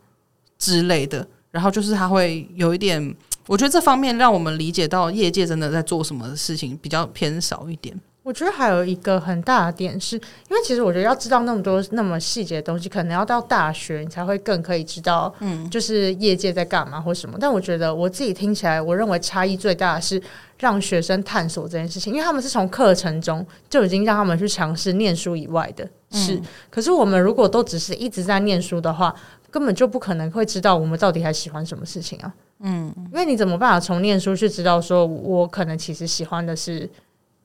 Speaker 1: 之类的。然后就是他会有一点，我觉得这方面让我们理解到业界真的在做什么事情比较偏少一点。
Speaker 3: 我觉得还有一个很大的点是，因为其实我觉得要知道那么多那么细节的东西，可能要到大学你才会更可以知道，嗯，就是业界在干嘛或什么。但我觉得我自己听起来，我认为差异最大的是让学生探索这件事情，因为他们是从课程中就已经让他们去尝试念书以外的事。可是我们如果都只是一直在念书的话，根本就不可能会知道我们到底还喜欢什么事情啊。嗯，因为你怎么办法从念书去知道说我可能其实喜欢的是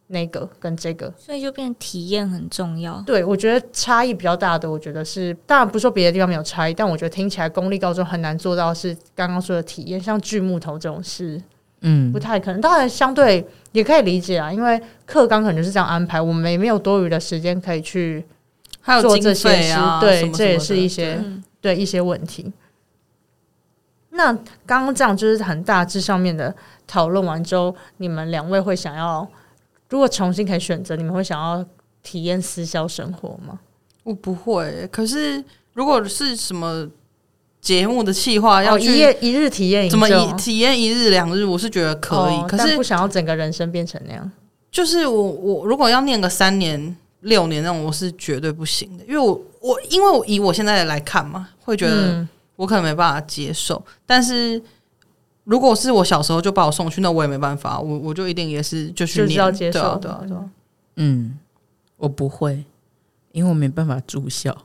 Speaker 3: 那个跟这个？
Speaker 4: 所以就变体验很重要。
Speaker 3: 对，我觉得差异比较大的，我觉得是，当然不是说别的地方没有差异，但我觉得听起来公立高中很难做到是刚刚说的体验，像锯木头这种事
Speaker 2: 嗯
Speaker 3: 不，太可能。当然，相对也可以理解啊，因为课纲可能就是这样安排，我们也没有多余的时间可以去
Speaker 1: 还有
Speaker 3: 做
Speaker 1: 经
Speaker 3: 这些
Speaker 1: 费
Speaker 3: 事，
Speaker 1: 啊，
Speaker 3: 对，
Speaker 1: 什么
Speaker 3: 这也
Speaker 1: 什
Speaker 3: 是
Speaker 1: 么的
Speaker 3: 一些
Speaker 4: 嗯，
Speaker 3: 对一些问题。那刚刚这样就是很大致上面的讨论完之后，你们两位会想要，如果重新可以选择，你们会想要体验私校生活吗？
Speaker 1: 我不会，可是如果是什么节目的企划啊要
Speaker 3: 哦、一
Speaker 1: 去
Speaker 3: 夜一日体验营
Speaker 1: 怎么
Speaker 3: 这
Speaker 1: 一
Speaker 3: 种
Speaker 1: 体验一日两日，我是觉得可以。
Speaker 3: 哦
Speaker 1: 可
Speaker 3: 但
Speaker 1: 是
Speaker 3: 不想要整个人生变成那样。
Speaker 1: 就是我我如果要念个三年六年那种，我是绝对不行的，因为我我因为我以我现在来看嘛，会觉得
Speaker 3: 嗯
Speaker 1: 我可能没办法接受。但是如果是我小时候就把我送去，那我也没办法，我我就一定也是就去
Speaker 3: 就是
Speaker 1: 念，
Speaker 3: 要接
Speaker 1: 对啊
Speaker 3: 受
Speaker 1: 对啊对啊
Speaker 2: 嗯，我不会，因为我没办法住校。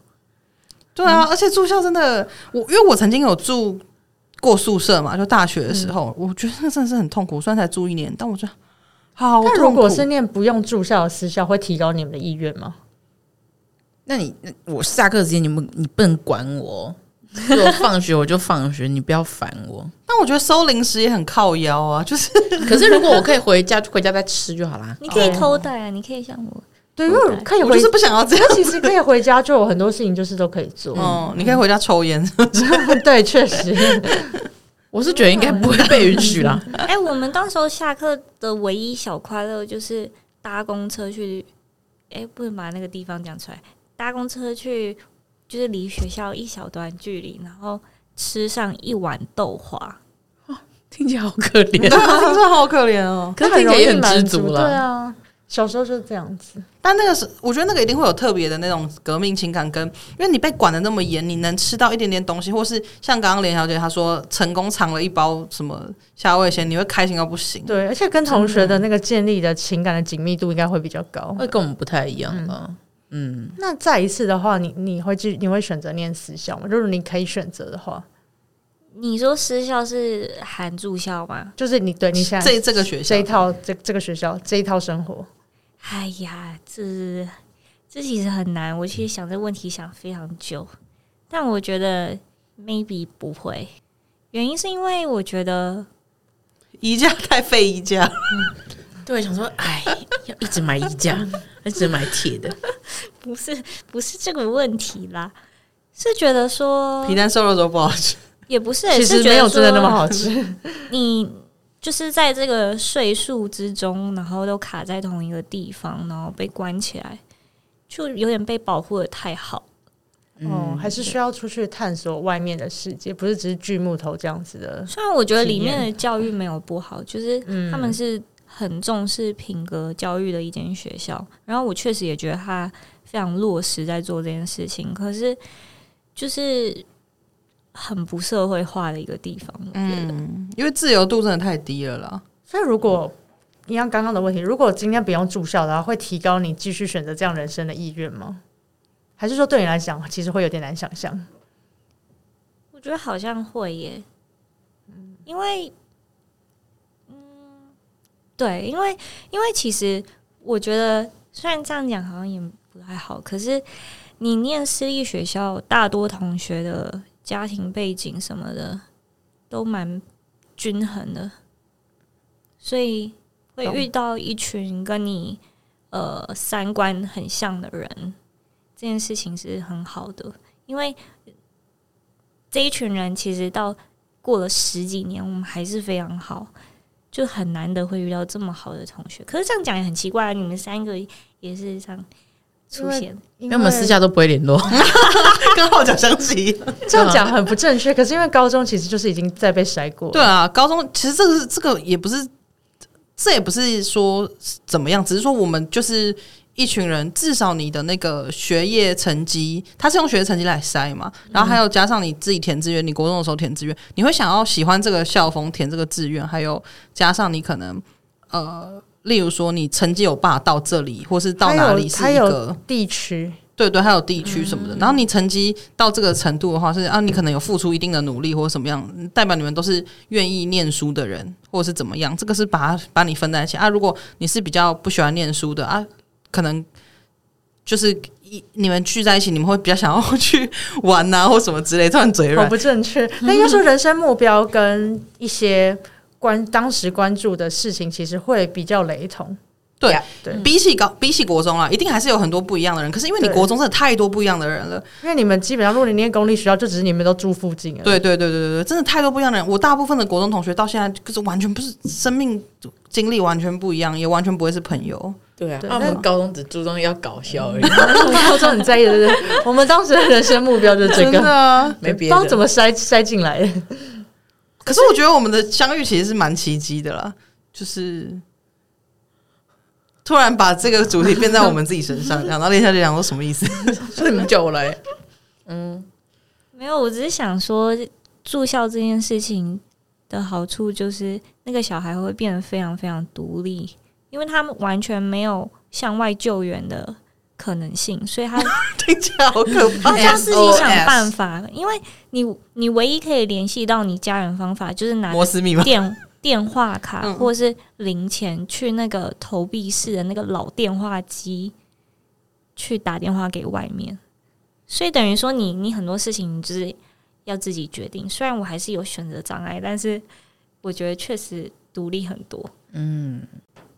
Speaker 1: 对啊，而且住校真的，我因为我曾经有住过宿舍嘛，就大学的
Speaker 3: 嗯
Speaker 1: 时候，我觉得那真的是很痛苦。虽然才住一年，但我觉得好痛
Speaker 3: 但
Speaker 1: 苦。
Speaker 3: 如果是念不用住校的私校，会提高你们的意愿吗？
Speaker 2: 那你那我下课时间你不你不能管我哦，就我放学我就放学，你不要烦 我。
Speaker 1: 但我觉得收零食也很靠腰啊，就是
Speaker 2: 可是如果我可以回家，就回家再吃就好啦。
Speaker 4: 你可以偷带啊，你可以像我，
Speaker 3: 对，因为可以
Speaker 1: 我就
Speaker 3: 回
Speaker 1: 是，不想要这样。
Speaker 3: 那其实可以回家，就有很多事情就是都可以做。
Speaker 1: 哦，你可以回家抽烟，
Speaker 3: 对，确实。
Speaker 2: 我是觉得应该不会被允许 啦。
Speaker 4: 哎、我们当时候下课的唯一小快乐就是搭公车去，哎、不能把那个地方讲出来。搭公车去，就是离学校一小段距离，然后吃上一碗豆花。
Speaker 2: 听起来好可
Speaker 1: 对
Speaker 2: 怜，
Speaker 1: 啊，真的好可怜哦。
Speaker 2: 可是听起来也很
Speaker 3: 那
Speaker 2: 知
Speaker 3: 容易满
Speaker 2: 足
Speaker 3: 对
Speaker 2: 了。
Speaker 3: 啊，小时候就是这样子。
Speaker 1: 但那个是，我觉得那个一定会有特别的那种革命情感跟，因为你被管的那么严，你能吃到一点点东西，或是像刚刚连小姐她说成功尝了一包什么夏味鲜，你会开心到不行。
Speaker 3: 对，而且跟同学的那个建立的情感的紧密度应该会比较高。
Speaker 2: 会跟我们不太一样吧？嗯，
Speaker 3: 那再一次的话，你你会去你会选择念私校吗？如果你可以选择的话，
Speaker 4: 你说私校是含住校吗？
Speaker 3: 就是你对你现在
Speaker 1: 这这个学校
Speaker 3: 这一套这这个学校这一套生活，
Speaker 4: 哎呀，这这其实很难。我其实想这问题想非常久，但我觉得 maybe 不会。原因是因为我觉得
Speaker 1: 宜家太费宜家，
Speaker 2: 对，想说，哎，要一直买衣 架，一直买铁的，
Speaker 4: 不是 不是这个问题啦，是觉得说
Speaker 1: 皮蛋瘦肉粥不好吃。
Speaker 4: 也不是，
Speaker 3: 其
Speaker 4: 是
Speaker 3: 实
Speaker 4: 觉
Speaker 3: 没
Speaker 4: 得
Speaker 3: 有真的那么
Speaker 4: 说
Speaker 3: 好吃。
Speaker 4: 你就是在这个岁数之中，然后都卡在同一个地方，然后被关起来，就有点被保护的太好。
Speaker 3: 哦，还是需要出去探索外面的世界，不是只是锯木头这样子的。
Speaker 4: 虽然我觉得里
Speaker 3: 体
Speaker 4: 面
Speaker 3: 验嗯
Speaker 4: 的教育没有不好，就是他们是很重视品格教育的一间学校，然后我确实也觉得他非常落实在做这件事情，可是就是很不社会化的一个地方，我觉得。
Speaker 1: 嗯，因为自由度真的太低了啦。
Speaker 3: 所以如果一样刚刚的问题，如果今天不用住校的话，会提高你继续选择这样人生的意愿吗？还是说对你来讲，其实会有点难想象？
Speaker 4: 我觉得好像会耶，因为，嗯，嗯对，因为因为其实我觉得，虽然这样讲好像也不太好，可是你念私立学校，大多同学的家庭背景什么的都蛮均衡的，所以会
Speaker 1: 懂
Speaker 4: 遇到一群跟你呃三观很像的人，这件事情是很好的，因为这一群人其实到过了十几年，我们还是非常好。就很难得会遇到这么好的同学。可是这样讲也很奇怪、啊，你们三个也是这样出现，
Speaker 2: 因为我们私下都不会联络。
Speaker 1: 跟号角响起。
Speaker 3: 这样讲很不正确，可是因为高中其实就是已经在被筛过 了，
Speaker 1: 对啊，高中其实这个是这个也不是，这也不是说怎么样，只是说我们就是一群人，至少你的那个学业成绩，它是用学业成绩来筛嘛，
Speaker 3: 嗯
Speaker 1: 然后还有加上你自己填志愿，你国中的时候填志愿，你会想要喜欢这个校风，填这个志愿，还有加上你可能呃。例如说，你成绩有办法到这里，或是到
Speaker 3: 还
Speaker 1: 哪
Speaker 3: 有
Speaker 1: 里是
Speaker 3: 还
Speaker 1: 一
Speaker 3: 有
Speaker 1: 个
Speaker 3: 地区，
Speaker 1: 对对，还有地区什么的。
Speaker 3: 嗯
Speaker 1: 然后你成绩到这个程度的话，是啊，你可能有付出一定的努力或者什么样，代表你们都是愿意念书的人，或者是怎么样。这个是把它把你分在一起啊。如果你是比较不喜欢念书的啊，可能就是一你们聚在一起，你们会比较想要去 玩呐、或什么之类，突然嘴
Speaker 3: 好
Speaker 1: 软。
Speaker 3: 不正确。那应该说人生目标跟一些关当时关注的事情，其实会比较雷同。
Speaker 1: 对
Speaker 3: 对，
Speaker 1: 比起高，比起国中啊，一定还是有很多不一样的人。可是因为你
Speaker 3: 对
Speaker 1: 国中真的太多不一样的人了，
Speaker 3: 因为你们基本上，如果你念公立学校，就只是你们都住附近而已。
Speaker 1: 对对对对对对，真的太多不一样的人。我大部分的国中同学到现在就是完全不是生命经历完全不一样，也完全不会是朋 友。
Speaker 2: 对啊，嗯
Speaker 3: 对
Speaker 2: 啊我
Speaker 3: 那
Speaker 2: 们高中只注重要搞笑而已，
Speaker 3: 我们高中很在意的是， 我们当时的人生目标就是这
Speaker 1: 真
Speaker 3: 个，
Speaker 1: 的 啊！
Speaker 2: 没别
Speaker 3: 不知道
Speaker 2: 的。
Speaker 3: 怎么筛筛进来的。
Speaker 1: 可是我觉得我们的相遇其实是蛮奇迹的啦，就是突然把这个主题变在我们自己身上，然后练下就讲说什么意思？
Speaker 2: 所以你们叫我来？嗯，
Speaker 4: 没有，我只是想说住校这件事情的好处就是那个小孩会变得非常非常独立，因为他们完全没有向外救援的可能性，所以他
Speaker 1: 听起来好可怕。
Speaker 4: 他自己想办法，因为你你唯一可以联系到你家人的方法就是 拿
Speaker 1: 摩斯密 码，
Speaker 4: 电电话卡
Speaker 1: 嗯
Speaker 4: 或是零钱去那个投币式的那个老电话机去打电话给外面，所以等于说你你很多事情你就是要自己决定。虽然我还是有选择障碍，但是我觉得确实独立很多。
Speaker 2: 嗯，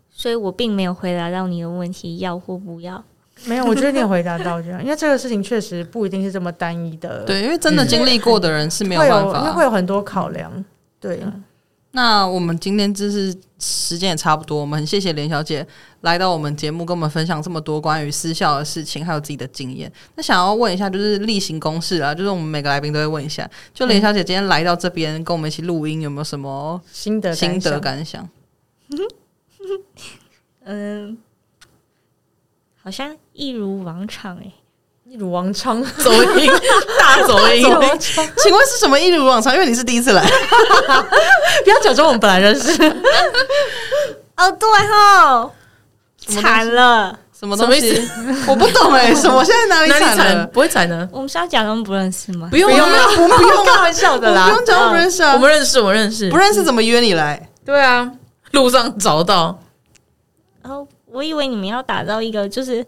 Speaker 4: 所以我并没有回答到你的问题，要或不要。
Speaker 3: 没有，我觉得你有回答到这样，因为这个事情确实不一定是这么单一的，，
Speaker 1: 对，因为真的经历过的人是没有
Speaker 3: 会有
Speaker 1: 办
Speaker 3: 因为
Speaker 1: 法嗯
Speaker 3: 会。有很多考量。对，
Speaker 1: 那我们今天就是时间也差不多，我们很谢谢连小姐来到我们节目，跟我们分享这么多关于私校的事情，还有自己的经验。那想要问一下，就是例行公事啊，就是我们每个来宾都会问一下，就连小姐今天来到这边跟我们一起录音，有没有什么
Speaker 3: 心得
Speaker 1: 心得
Speaker 3: 想
Speaker 1: 感想？
Speaker 4: 嗯，好像一如往常哎、
Speaker 3: 一如往 常，
Speaker 2: 走音，大走 音，
Speaker 1: 请问是什么一如往常？因为你是第一次来，
Speaker 3: 不要假装我们本来认识。
Speaker 4: 哦，对吼，
Speaker 1: 么东西
Speaker 4: 惨了，
Speaker 1: 什么东西
Speaker 2: 什？
Speaker 1: 我不懂哎、什么现在哪里
Speaker 2: 哪里
Speaker 1: 惨
Speaker 2: 惨？
Speaker 1: 了？
Speaker 2: 不会惨呢？
Speaker 4: 我们是要假装不认识吗？
Speaker 2: 不用
Speaker 1: 不用
Speaker 2: 啊，
Speaker 1: 不用不用
Speaker 3: 开玩笑的啦
Speaker 1: 不用讲我不认识啊，
Speaker 2: 我们认识，我们认识
Speaker 1: 不，认识怎么约你来？
Speaker 2: 对啊，路上找到，
Speaker 4: 然后我以为你们要打造一个就是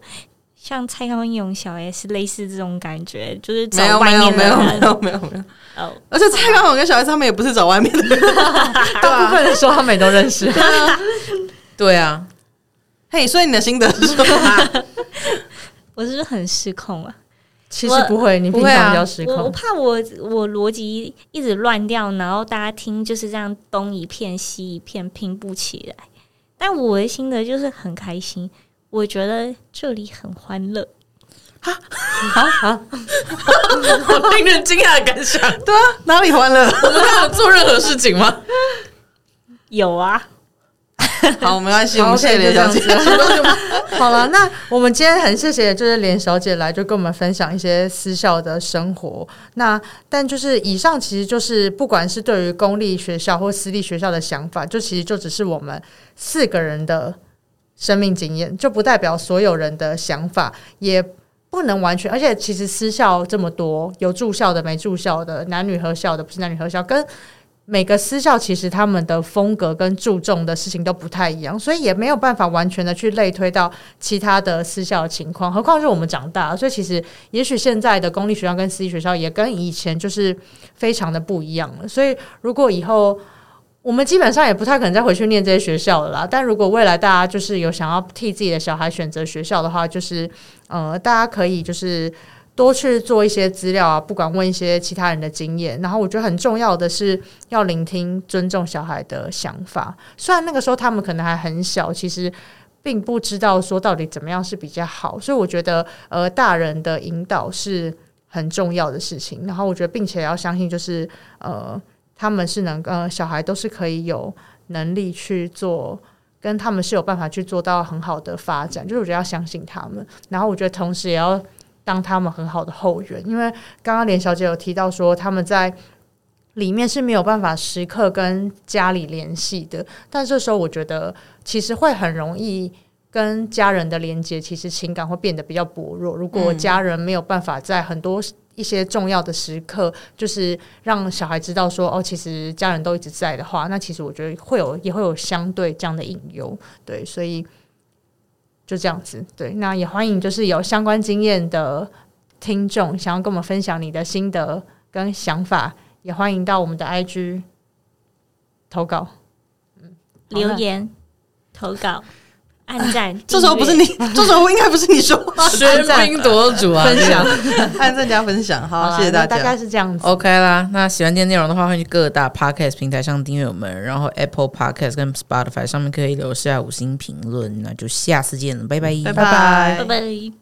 Speaker 4: 像蔡康永、小 S 类似这种感觉，就是
Speaker 1: 没有没
Speaker 4: 找外
Speaker 1: 有
Speaker 4: 面
Speaker 1: 没
Speaker 4: 的
Speaker 1: 有
Speaker 4: 人
Speaker 1: 没有没有 没有，
Speaker 4: 哦，
Speaker 1: 而且蔡康永跟小 S 他们也不是找外面的人。
Speaker 3: 大部
Speaker 2: 啊
Speaker 3: 分人说他们也都认识，
Speaker 2: 对啊，
Speaker 1: 嘿，所以你的心得 是什么？
Speaker 4: 我是不是很失控啊？
Speaker 3: 其实不会，你啊平常比较失
Speaker 4: 我我
Speaker 3: 控。
Speaker 4: 怕我我逻辑一直乱掉，然后大家听就是这样东一片西一片拼不起来。但我的心得就是很开心，我觉得这里很欢乐。
Speaker 2: 令人惊讶的感想。
Speaker 1: 对啊，哪里欢 乐？
Speaker 2: 我们还有做任何事情吗？
Speaker 4: 有啊，
Speaker 1: 好，没关系，我们谢谢
Speaker 3: 就
Speaker 1: 连
Speaker 3: 这
Speaker 1: 小
Speaker 3: 样
Speaker 1: 姐
Speaker 3: 子。。 好了，那我们今天很谢谢就是连小姐来，就跟我们分享一些私校的生活。那但就是以上其实就是不管是对于公立学校或私立学校的想法，就其实就只是我们四个人的生命经验，就不代表所有人的想法，也。不能完全，而且其实私校这么多，有住校的、没住校的，男女合校的、不是男女合校，跟每个私校其实他们的风格跟注重的事情都不太一样，所以也没有办法完全的去类推到其他的私校的情况。何况是我们长大了，所以其实也许现在的公立学校跟私立学校也跟以前就是非常的不一样了。所以如果以后我们基本上也不太可能再回去念这些学校了啦。但如果未来大家就是有想要替自己的小孩选择学校的话，就是呃，大家可以就是。多去做一些资料啊，不管问一些其他人的经验。然后我觉得很重要的是要聆听、尊重小孩的想法。虽然那个时候他们可能还很小，其实并不知道说到底怎么样是比较好。所以我觉得，呃，大人的引导是很重要的事情。然后我觉得，并且要相信，就是呃，他们是能呃，小孩都是可以有能力去做。跟他们是有办法去做到很好的发展，就是我觉得要相信他们，然后我觉得同时也要当他们很好的后援，因为刚刚连小姐有提到说他们在里面是没有办法时刻跟家里联系的，但这时候我觉得其实会很容易跟家人的连接，其实情感会变得比较薄弱。如果家人没有办法在很多一些重要的时刻，就是让小孩知道说哦，其实家人都一直在的话，那其实我觉得会有也会有相对这样的隐忧，对，所以。就这样子，对，那也欢迎就是有相关经验的听众，想要跟我们分享你的心得跟想法，也欢迎到我们的 IG 投稿。
Speaker 4: 留言、投稿、按赞。
Speaker 1: 这时候不是 你，这时候应该不是你说话，
Speaker 2: 喧宾夺主啊，
Speaker 1: 分享，按赞加分享，好，
Speaker 3: 啦
Speaker 1: 谢谢大
Speaker 3: 那大
Speaker 1: 家
Speaker 3: 概。是这样子。
Speaker 2: OK 啦，那喜欢今天内容的话，欢迎去各大 Podcast 平台上订阅我们，然后 Apple Podcast 跟 Spotify 上面可以留下五星评论，那就下次见了，拜拜，
Speaker 1: 拜拜
Speaker 4: 拜拜。